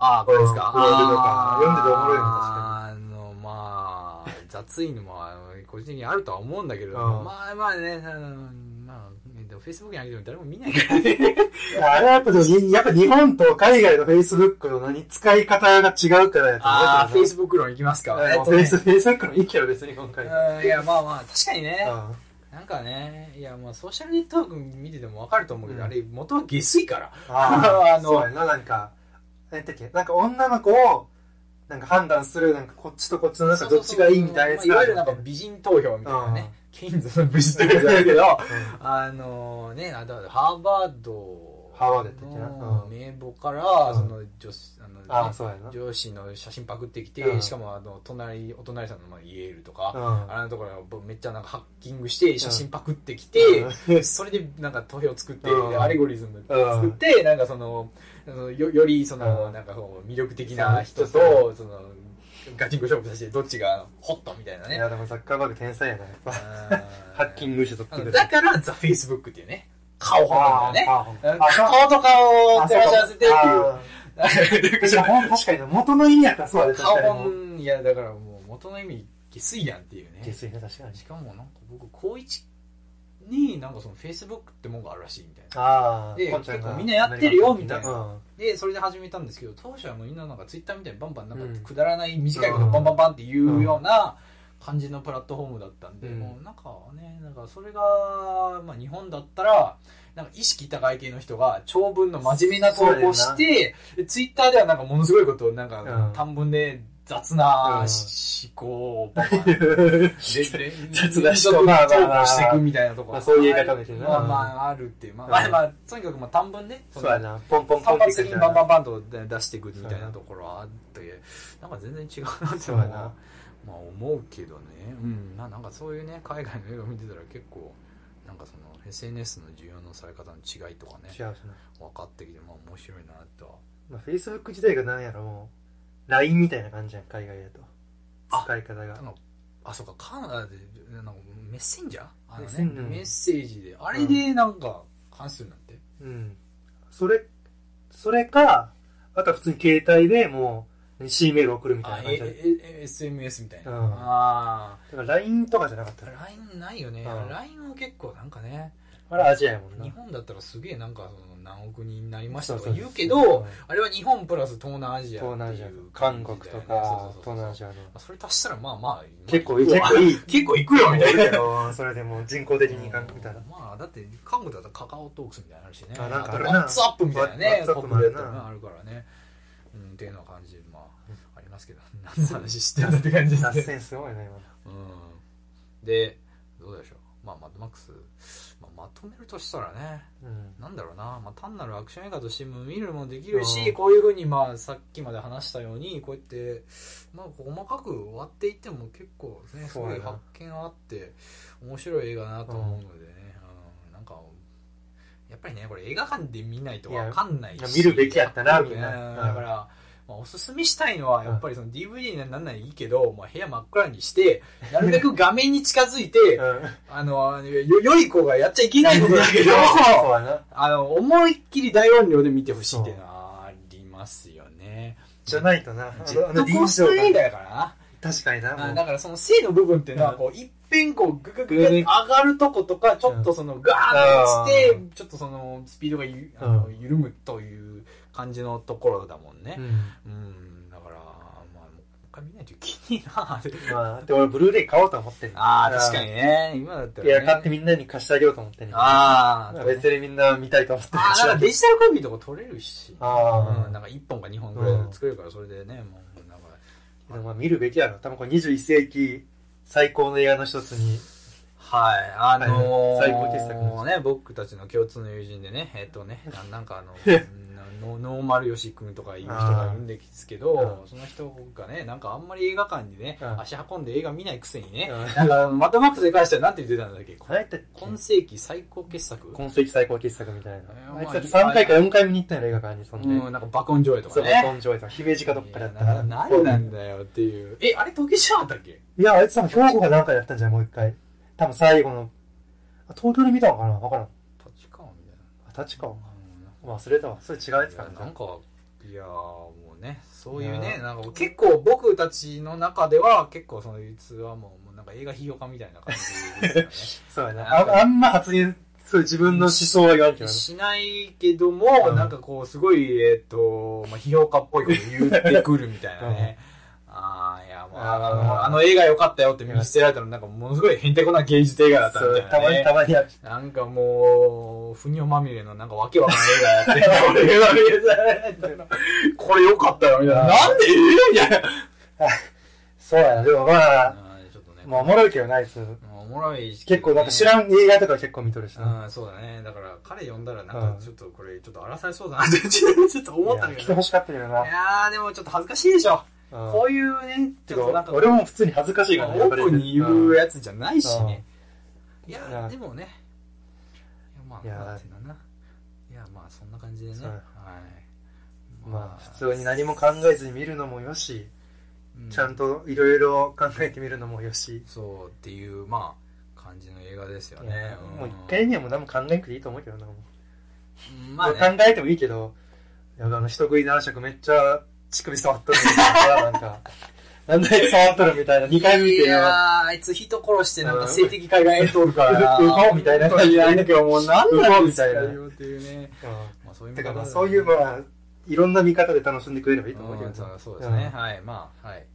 Speaker 1: ああ、これですか。
Speaker 2: うんブログとか
Speaker 1: あー
Speaker 2: 読んでておもろいの確
Speaker 1: あの、まあ、雑いのも、あの個人的にあるとは思うんだけど、
Speaker 2: うん
Speaker 1: まあまあね、あのまあ、でも Facebook に上げても誰も見ないからね。
Speaker 2: いやあれはやっぱでもに、やっぱ日本と海外の Facebook の何使い方が違うからやと思う
Speaker 1: ああ、
Speaker 2: けどな
Speaker 1: Facebook 論いきますか。
Speaker 2: はい
Speaker 1: えっと
Speaker 2: フェ
Speaker 1: ね
Speaker 2: イス、フェイスブックのいいけど別に今回。うん
Speaker 1: うんいや、まあまあ、確かにね。なんかね、いや、まあ、ソーシャルネットワーク見ててもわかると思うけど、
Speaker 2: うん
Speaker 1: あれ、元は下水から。
Speaker 2: あ
Speaker 1: あ
Speaker 2: あ
Speaker 1: の
Speaker 2: の、そうやな、なんか、えっけ、なんか女の子を、なんか判断する、なんかこっちとこっちのなんかどっちがいいみたいなや
Speaker 1: まあ
Speaker 2: つ
Speaker 1: い
Speaker 2: が
Speaker 1: わ
Speaker 2: あ
Speaker 1: ゆる
Speaker 2: るじ
Speaker 1: な
Speaker 2: ゃ
Speaker 1: んか美人投票みたいなね。ケインズの美人
Speaker 2: う
Speaker 1: 投
Speaker 2: ん
Speaker 1: 票じゃない
Speaker 2: (laughs)
Speaker 1: けど、
Speaker 2: ん
Speaker 1: あのね、あだからハーバード
Speaker 2: ハーバードやったっけな
Speaker 1: の
Speaker 2: うん
Speaker 1: 名簿から、
Speaker 2: うん
Speaker 1: その女子、あのね
Speaker 2: ああ、そうやな。
Speaker 1: 上司の写真パクってきて、
Speaker 2: うん
Speaker 1: しかもあの隣お隣さんのまあイエールとか、
Speaker 2: うん
Speaker 1: あれのところをめっちゃなんかハッキングして写真パクってきて、
Speaker 2: うん
Speaker 1: それでなんか投票作って、
Speaker 2: うん
Speaker 1: でアレゴリズム作って、なんかそのあのよよりその、
Speaker 2: うん
Speaker 1: なんかこう魅力的な人
Speaker 2: そう
Speaker 1: とそ
Speaker 2: そ
Speaker 1: のガチンコ勝負させてどっちがホットみたいないね。
Speaker 2: や、でもザッカーバーグ天才やな、やっぱ。 (laughs) ハ
Speaker 1: ハ
Speaker 2: ッキングして撮って
Speaker 1: あの
Speaker 2: る。
Speaker 1: だから、ザ・フェイスブックっていうね、顔本なんだよね。
Speaker 2: あーあーそう
Speaker 1: 顔と顔を
Speaker 2: あ
Speaker 1: 照ら
Speaker 2: そう
Speaker 1: し合わせてっ
Speaker 2: あ
Speaker 1: ていう
Speaker 2: ー確かに確かに元の意味やったらそうやで
Speaker 1: (laughs) 顔
Speaker 2: 確かにもう
Speaker 1: 本、いや、だからもう元の意味、下水やんっていうね。
Speaker 2: 下水ね確かに
Speaker 1: しかもなんか僕、高一になんかそのフェイスブックってもんがあるらしいみたいな。
Speaker 2: ああ
Speaker 1: で結構みんなやってるよみたいな
Speaker 2: うん
Speaker 1: で、それで始めたんですけど、当初はもうみんななんかツイッターみたいにバンバンなんか
Speaker 2: うん
Speaker 1: くだらない短いこと
Speaker 2: うん
Speaker 1: バンバンバンって言うような感じのプラットフォームだったんで、
Speaker 2: うん
Speaker 1: もうなんかね、なんかそれが、まあ日本だったら、なんか意識高い系の人が長文の真面目な投稿をして、でツイッターではなんかものすごいことをなん
Speaker 2: う
Speaker 1: か
Speaker 2: ん
Speaker 1: 短文で雑な
Speaker 2: うん
Speaker 1: し思考をバン
Speaker 2: (laughs)
Speaker 1: バン
Speaker 2: 雑
Speaker 1: 雑
Speaker 2: な人まあまあまあ
Speaker 1: していくみたいなところ
Speaker 2: まあそういう言い方もできるな
Speaker 1: まあまああるっていうまあ
Speaker 2: うん
Speaker 1: まあまあとにかくまあ短文ね
Speaker 2: そうやなポンポンポ
Speaker 1: 単
Speaker 2: ンってい
Speaker 1: 発
Speaker 2: く
Speaker 1: 的に
Speaker 2: みたい
Speaker 1: バンバ
Speaker 2: な
Speaker 1: ンバンと出していくみたいなところはあってなんか全然違うなって
Speaker 2: そう
Speaker 1: も
Speaker 2: やな
Speaker 1: まあ思うけどねうんまあなんかそういうね海外の映画見てたら結構なんかその SNS の需要のされ方の違いとかね
Speaker 2: 違うしな
Speaker 1: 分かってきてまあ面白いなとは
Speaker 2: まあ Facebook 自体がなんやろもう LINE みたいな感じやん海外だと使い方が
Speaker 1: あそうかカナダでなんかメッセンジャーあの
Speaker 2: メ
Speaker 1: ね
Speaker 2: ッセンジャー
Speaker 1: メッセージであれでなんか関数になって
Speaker 2: うんそれそれかあとは普通に携帯でもう C メール送るみた
Speaker 1: あ
Speaker 2: いな感
Speaker 1: え
Speaker 2: じだ
Speaker 1: ええ SMS みたいな、
Speaker 2: うん
Speaker 1: あ
Speaker 2: から LINE とかじゃなかった
Speaker 1: あ
Speaker 2: ら
Speaker 1: LINE ないよね、
Speaker 2: うん
Speaker 1: LINE は結構なんかね
Speaker 2: あれアジアやもんな
Speaker 1: 日本だったらすげえなんかその何億人になりまし
Speaker 2: そ
Speaker 1: た
Speaker 2: う
Speaker 1: と
Speaker 2: そ
Speaker 1: か
Speaker 2: う
Speaker 1: 言うけどあれは日本プラス東南アジアっていう
Speaker 2: 東南アジア韓国とか東南ア
Speaker 1: ア
Speaker 2: ジアの
Speaker 1: それ足したらまあまあ
Speaker 2: 結構
Speaker 1: い
Speaker 2: いい結構い (laughs) い
Speaker 1: 結構いくよみたいな
Speaker 2: だけどそれでもう人工的に考えたら
Speaker 1: まあだって韓国だったらカカオトークスみたいなのあるしね
Speaker 2: あなんかある
Speaker 1: と
Speaker 2: な
Speaker 1: ワッツアップみたいなね
Speaker 2: ワッツアップもあるな
Speaker 1: ポップレートもあるからねうんっていうのは感じまあありますけど何の話してんだって感
Speaker 2: (laughs)
Speaker 1: じです
Speaker 2: 脱
Speaker 1: ね
Speaker 2: 線すごいな今の
Speaker 1: うんでどうでしょうまあマッドマックス、まあ、まとめるとしたらね
Speaker 2: うん
Speaker 1: なんだろうな、まあ、単なるアクション映画としても見るのもできる
Speaker 2: う
Speaker 1: し
Speaker 2: ん
Speaker 1: こういうふうにまあさっきまで話したようにこうやって、まあ、細かく終わっていっても結構ねす
Speaker 2: そう
Speaker 1: ご
Speaker 2: や
Speaker 1: い
Speaker 2: な
Speaker 1: 発見あって面白い映画だなと思うのでね、うんなんかやっぱりねこれ映画館で見ないとわかんない
Speaker 2: い
Speaker 1: し
Speaker 2: や見るべきやったな
Speaker 1: うん
Speaker 2: みんなうん
Speaker 1: だから、まあ、おすすめしたいのはやっぱりその DVD にはなんないいいけど、まあ、部屋真っ暗にしてなるべく画面に近づいて
Speaker 2: うん
Speaker 1: あのよ良い子がやっちゃいけないことだ
Speaker 2: (laughs)
Speaker 1: けど
Speaker 2: そうやな
Speaker 1: あの、思いっきり大音量で見てほしいっていうのはありますよね。
Speaker 2: じゃないとなあ
Speaker 1: ジェ
Speaker 2: のあ
Speaker 1: ット
Speaker 2: の
Speaker 1: コースター映画やからな。
Speaker 2: 確かにな
Speaker 1: あ
Speaker 2: もう
Speaker 1: だからその性の部分っていうのは、
Speaker 2: うん
Speaker 1: こう、いっぺんこう、ぐぐぐぐって上がるとことか、ちょっとその、ガーンって
Speaker 2: う
Speaker 1: 落ちて、ちょっとその、スピードがゆあの
Speaker 2: うん
Speaker 1: 緩むという感じのところだもんね
Speaker 2: う。ん
Speaker 1: うん、だから、まあ、もう一回見ないと気になる。
Speaker 2: まあで俺ブルーレイ買おうと思ってんねん
Speaker 1: ああ、確かにね。今だった
Speaker 2: い
Speaker 1: ら、
Speaker 2: や
Speaker 1: ね。
Speaker 2: 買ってみんなに貸してあげようと思ってんねん
Speaker 1: ああ、
Speaker 2: 別にみんな見たいと思って
Speaker 1: あーなんか
Speaker 2: る
Speaker 1: デジタルコピーとか取れるし。
Speaker 2: あ
Speaker 1: う
Speaker 2: あ
Speaker 1: ん、なんか1本か2本ぐらいで作れるから、それでね、もう、なんか、
Speaker 2: でもまあ見るべきやろ多分これ21世紀最高の映画の一つに
Speaker 1: はい、あのー、
Speaker 2: 最高傑作の
Speaker 1: ね、僕たちの共通の友人でね、えっとね、ななんかあの、
Speaker 2: (laughs)
Speaker 1: うんノノーマルヨシ君とかいう人がいるんですけど、その人がね、なんかあんまり映画館にね、
Speaker 2: うん
Speaker 1: 足運んで映画見ないくせにね、
Speaker 2: うん
Speaker 1: なんか、マッドマックスに関してはなんて言ってたんだっけこ
Speaker 2: あれって
Speaker 1: 今世紀最高傑作
Speaker 2: 今世紀最高傑作みたいな
Speaker 1: えー
Speaker 2: あいつだって3回か4回見に行ったんやろ映画館にそんで
Speaker 1: うん、なんか爆音上映と
Speaker 2: そ
Speaker 1: か
Speaker 2: う、
Speaker 1: ね。
Speaker 2: 根性とか、姫路かどっかだったか
Speaker 1: いや
Speaker 2: ら。
Speaker 1: な何なんだよっていう。え、あれ時計じゃなかったっけ
Speaker 2: いや、あいつ多分兵庫かなんかやったんじゃないもう一回。多分最後の、あ東京で見たのかなわからん。
Speaker 1: 立川みたいな。
Speaker 2: あ、立川
Speaker 1: うん
Speaker 2: 忘れたわ。それ違うやつか
Speaker 1: いやなん
Speaker 2: な。
Speaker 1: かいやーもうねそういう
Speaker 2: い
Speaker 1: ね
Speaker 2: やー
Speaker 1: なんか結構僕たちの中では結構そのいつはもうもうなんか映画批評家みたいな感じです
Speaker 2: そうやな。
Speaker 1: なんか
Speaker 2: ああんま発言、そう自分の思想は言わんけ
Speaker 1: よね
Speaker 2: ど。
Speaker 1: (laughs) しないけども、
Speaker 2: うん
Speaker 1: なんかこうすごいえっ、と、まあ、批評家っぽいこと言ってくるみたいなね、 (laughs) ああいやもうあのあの
Speaker 2: あー
Speaker 1: 映画良かったよって見せられたのなんかものすごいへんてこな芸術映画だった
Speaker 2: そ
Speaker 1: み
Speaker 2: う
Speaker 1: たいな、ね、
Speaker 2: たまにたまにや
Speaker 1: なんかもう、ふにょまみれのなんかわけわかんない映画やって、 (laughs) 俺が見せられたのこれよかったよ、みたいな。なんでみたいな。
Speaker 2: そうやな。でもまあ、
Speaker 1: うんちょっとね、
Speaker 2: まあおもろいけどないです。
Speaker 1: おもろいし
Speaker 2: 結構なんか知らん映画とか結構見とるしな。
Speaker 1: うん、そうだね。だから彼呼んだらな
Speaker 2: うんん
Speaker 1: かちょっとこれ、ちょっと荒らされそうだなって、ちょっと思った
Speaker 2: い
Speaker 1: け
Speaker 2: や来て
Speaker 1: (laughs) ど。い
Speaker 2: ほしかったけどな。
Speaker 1: やー、でもちょっと恥ずかしいでしょ。
Speaker 2: うん
Speaker 1: こういうね、ち
Speaker 2: て
Speaker 1: ょっとなん
Speaker 2: か
Speaker 1: か、
Speaker 2: 俺も普通に恥ずかしいからね。や
Speaker 1: オ
Speaker 2: っぱり
Speaker 1: ープンに言うやつじゃないしね。
Speaker 2: ん
Speaker 1: いや
Speaker 2: う
Speaker 1: ー、
Speaker 2: ん
Speaker 1: でもね。いや、まあ、
Speaker 2: いやー
Speaker 1: なんていうのかな。いや、まあ、そんな感じでね。
Speaker 2: そう
Speaker 1: はい。
Speaker 2: まあ、普通に何も考えずに見るのもよし、
Speaker 1: う
Speaker 2: ちゃんといろいろ考えてみるのもよし、
Speaker 1: そうっていうまあ感じの映画ですよ
Speaker 2: い
Speaker 1: ね
Speaker 2: やもう一
Speaker 1: ん
Speaker 2: 回目はもう何も考えなくていいと思うけどな、もう
Speaker 1: うんまあね
Speaker 2: 考えてもいいけど、いやあの人食い男爵めっちゃ乳首触っとるみたいな、なん (laughs) か、なんで触っとるみたいな、2回見
Speaker 1: い
Speaker 2: て、
Speaker 1: や
Speaker 2: よ
Speaker 1: ーあいつ人殺してなんか性的快感得とるからな
Speaker 2: うこみたいな
Speaker 1: 本当になんかもう何なんですか
Speaker 2: うこみたい
Speaker 1: よっていうねまあそういううん見
Speaker 2: て
Speaker 1: 方だ
Speaker 2: かまあ
Speaker 1: ね
Speaker 2: そういうまあ、いろんな見方で楽しんでくれればいいと思うけ
Speaker 1: うん
Speaker 2: ど
Speaker 1: そ
Speaker 2: な
Speaker 1: うそうですね
Speaker 2: うん
Speaker 1: はいまあはい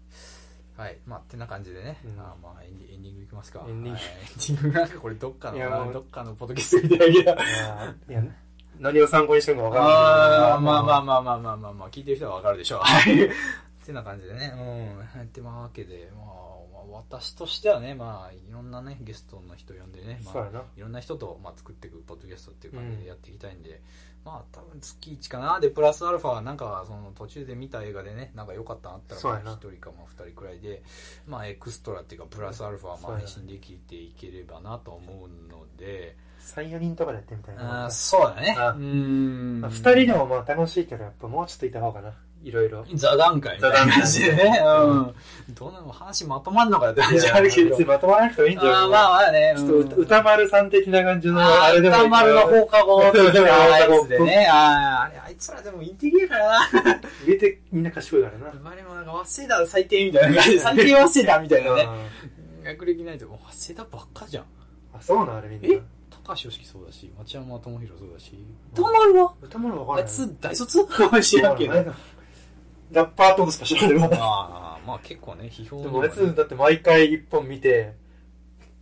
Speaker 1: はいまあってな感じでね
Speaker 2: うん
Speaker 1: あーまあエンディエンディングいきますか
Speaker 2: エンディング
Speaker 1: はいエンディングなんかこれどっか
Speaker 2: いやも
Speaker 1: の
Speaker 2: う
Speaker 1: どっかのポッドキャストみたいな
Speaker 2: まあいや、何を参考にしてるかわからない
Speaker 1: ああー、まあま
Speaker 2: あ、
Speaker 1: あまあまあまあまあまあ、聞いてる人はわかるでしょう。はい。ってな感じでね、うん。ってまあわけで、まあ、まあ私としてはね、まあ、いろんなね、ゲストの人呼んでね、ま
Speaker 2: そうや
Speaker 1: あ、
Speaker 2: な。
Speaker 1: いろんな人と、まあ、作っていくポッドキャストっていう感じでやっていきたいんで、まあ、多分月1かな。で、プラスアルファ、なんか、その途中で見た映画でね、なんか良かったのあったら、
Speaker 2: そうやな
Speaker 1: まあ一人かまあ二人くらいで、まあ、エクストラっていうか、プラスアルファ、
Speaker 2: そ
Speaker 1: まあ、
Speaker 2: うやな
Speaker 1: 配信で聞いていければなと思うので、
Speaker 2: 3、4人とかでやってみたい
Speaker 1: あ
Speaker 2: な
Speaker 1: ー。そうだね。う
Speaker 2: あ
Speaker 1: ん。
Speaker 2: まあ、2人でもまあ楽しいけど、やっぱもうちょっといた方がな。いろいろ。
Speaker 1: 座談会みたいな感じでね。 (laughs) うん。どうなの話まとまんのかよって感じあるけど
Speaker 2: 別に。まとまらなくてもいいんじゃない
Speaker 1: あーまあまあね。
Speaker 2: ちょっと歌丸さん的な感じの、
Speaker 1: あ
Speaker 2: あ
Speaker 1: れ
Speaker 2: れ
Speaker 1: で
Speaker 2: で
Speaker 1: もいい。
Speaker 2: も
Speaker 1: 歌丸の放課後的な
Speaker 2: 放課後
Speaker 1: やつでね。あーあれ、あいつらでも言ってけえからな。
Speaker 2: 入れてみんな賢いからな。
Speaker 1: あれもなんか、早稲田最低みたいな感じ (laughs) で、最低早稲田みたいなね。
Speaker 2: あ
Speaker 1: 学歴ないと、もう早稲田ばっかじゃん。
Speaker 2: そうなんあれみん
Speaker 1: え
Speaker 2: な。
Speaker 1: 高橋良樹そうだし、町山智弘そうだし。
Speaker 2: 歌
Speaker 1: 丸は
Speaker 2: 歌丸わ
Speaker 1: あ
Speaker 2: か
Speaker 1: い
Speaker 2: らない。
Speaker 1: つ大卒かもしれんけど。
Speaker 2: わかんないラッパーともしか知ら
Speaker 1: (laughs)
Speaker 2: ない
Speaker 1: ま
Speaker 2: わ。
Speaker 1: あ、まあ結構ね、批評
Speaker 2: で
Speaker 1: と
Speaker 2: も
Speaker 1: か
Speaker 2: あ
Speaker 1: ね
Speaker 2: いつだって毎回一本見て、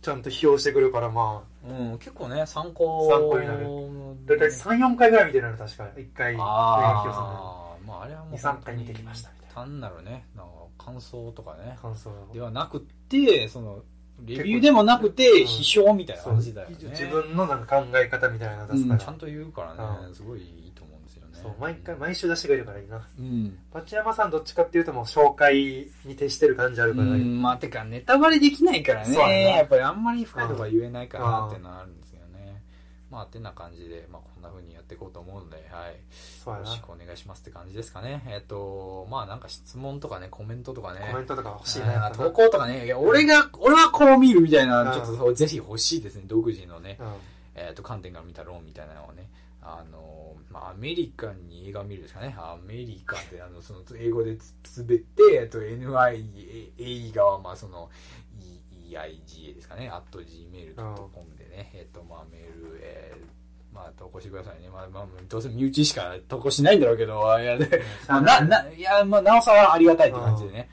Speaker 2: ちゃんと批評してくるからまあ、
Speaker 1: うん、結構ね、参考。
Speaker 2: 参考になるだいたい3、4回ぐらい見てるの確か。1回、
Speaker 1: ああ、まああれはもう
Speaker 2: 2 3回見てきましたみたいな
Speaker 1: 単なるねなんか感想とかね
Speaker 2: 感想
Speaker 1: ではなくってそのレビューでもなくて
Speaker 2: 構
Speaker 1: 批評みたいな
Speaker 2: そう
Speaker 1: 感じだよね
Speaker 2: 自分のなんか考え方みたいなの出す
Speaker 1: う
Speaker 2: か
Speaker 1: ん
Speaker 2: ら
Speaker 1: ちゃんと言うから
Speaker 2: う
Speaker 1: ねすごいいいと思うんですよね
Speaker 2: そう毎回毎週出してくれるからいいな
Speaker 1: うん、
Speaker 2: パチヤマさんどっちかっていうともう紹介に徹してる感じあ
Speaker 1: う
Speaker 2: るから、
Speaker 1: ん、まあてかネタバレできないからね
Speaker 2: そうやな
Speaker 1: やっぱりあんまり深いとこは言えないかな
Speaker 2: うん
Speaker 1: ってのはあるんですよねまあてな感じで、まあ、こんな風にやっていこうと思うのではい
Speaker 2: そう
Speaker 1: よ
Speaker 2: や
Speaker 1: ろ
Speaker 2: な、
Speaker 1: しくお願いしますって感じですかねえっとまあなんか質問とかねコメントとかね
Speaker 2: コメントとか欲しいね
Speaker 1: あー投稿とかね、いや俺が、俺はこう見るみたいな、ち
Speaker 2: う
Speaker 1: ょっ
Speaker 2: ん
Speaker 1: とそうぜひ欲しいですね、独自のね、
Speaker 2: うん
Speaker 1: えっ、と、観点から見た論みたいなのをね、あのーまあ、アメリカンに映画見るですかね、アメリカンって、あの、その、英語でつ滑って、えっと、NI、映画は、まあ、その、E- EIGA ですかね、at gmail.com でね、えっと、まあ、メール、えーまあ、投稿してくださいね。まあ、まあ、どうせ身内しか投稿しないんだろうけど、いや、でまあ、な、な、いや、まあ、なおさらありがたいって感じでね。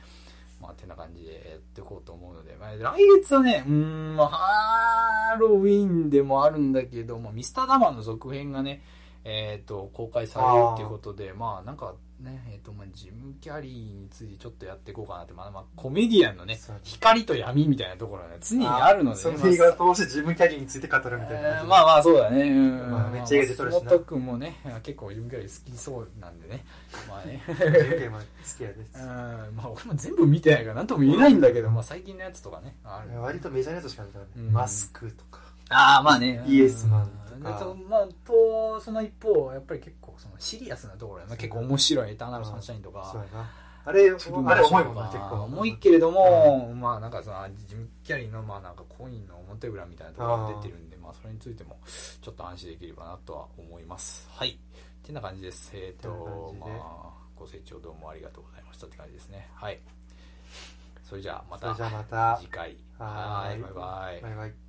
Speaker 1: まあ、てな感じでやっていこうと思うので、まあ、来月はね、うーん、まあ、ハロウィンでもあるんだけど、まあ、ミスターダマンの続編がね、えっ、と、公開されるっていうことで、まあ、なんかね、えっ、と、まあ、ジム・キャリーについてちょっとやっていこうかなって、まあ、まあ、コメディアンのね
Speaker 2: そう、
Speaker 1: 光と闇みたいなところがね、常にあるので、
Speaker 2: そ
Speaker 1: ね
Speaker 2: の
Speaker 1: まあ
Speaker 2: 映画を通して自分キャリーについて語るみたいな
Speaker 1: え
Speaker 2: 感
Speaker 1: ー
Speaker 2: じ
Speaker 1: まあまあそうだね。うん。
Speaker 2: まあめっちゃ映画出とるしな
Speaker 1: 松本君もね、結構自分から好きそうなんでね。まあね。
Speaker 2: 自分キャリーも好きやで
Speaker 1: う
Speaker 2: す
Speaker 1: ん、まあ俺も全部見てないからなんとも言えないんだけど、まあ最近のやつとかね。ある
Speaker 2: 割とメジャーなやつしか見たね、
Speaker 1: うん
Speaker 2: マスクとか
Speaker 1: ああ、まあね
Speaker 2: イエスマンとか
Speaker 1: うんでとまあ、と、その一方、やっぱり結構そのシリアスなところ、まあ、結構面白いエターナルサンシャインとか。
Speaker 2: そうやなあれ
Speaker 1: トゥルーマン
Speaker 2: あれ重いもんな結
Speaker 1: ショーとか
Speaker 2: 構
Speaker 1: 重いけれども、まあなんかさジム・キャリーのまあなんかコインの表裏みたいなところが出てるんでまあそれについてもちょっと安心できればなとは思いますはいってな感じですえっ、
Speaker 2: てな
Speaker 1: と
Speaker 2: 感じ
Speaker 1: ま
Speaker 2: で
Speaker 1: あ聴どうもありがとうございましたって感じですねはいそれじゃあま
Speaker 2: それ
Speaker 1: た
Speaker 2: じゃあまた。
Speaker 1: 次回
Speaker 2: は
Speaker 1: は
Speaker 2: ー
Speaker 1: い
Speaker 2: い
Speaker 1: バイバイ
Speaker 2: バイバイ。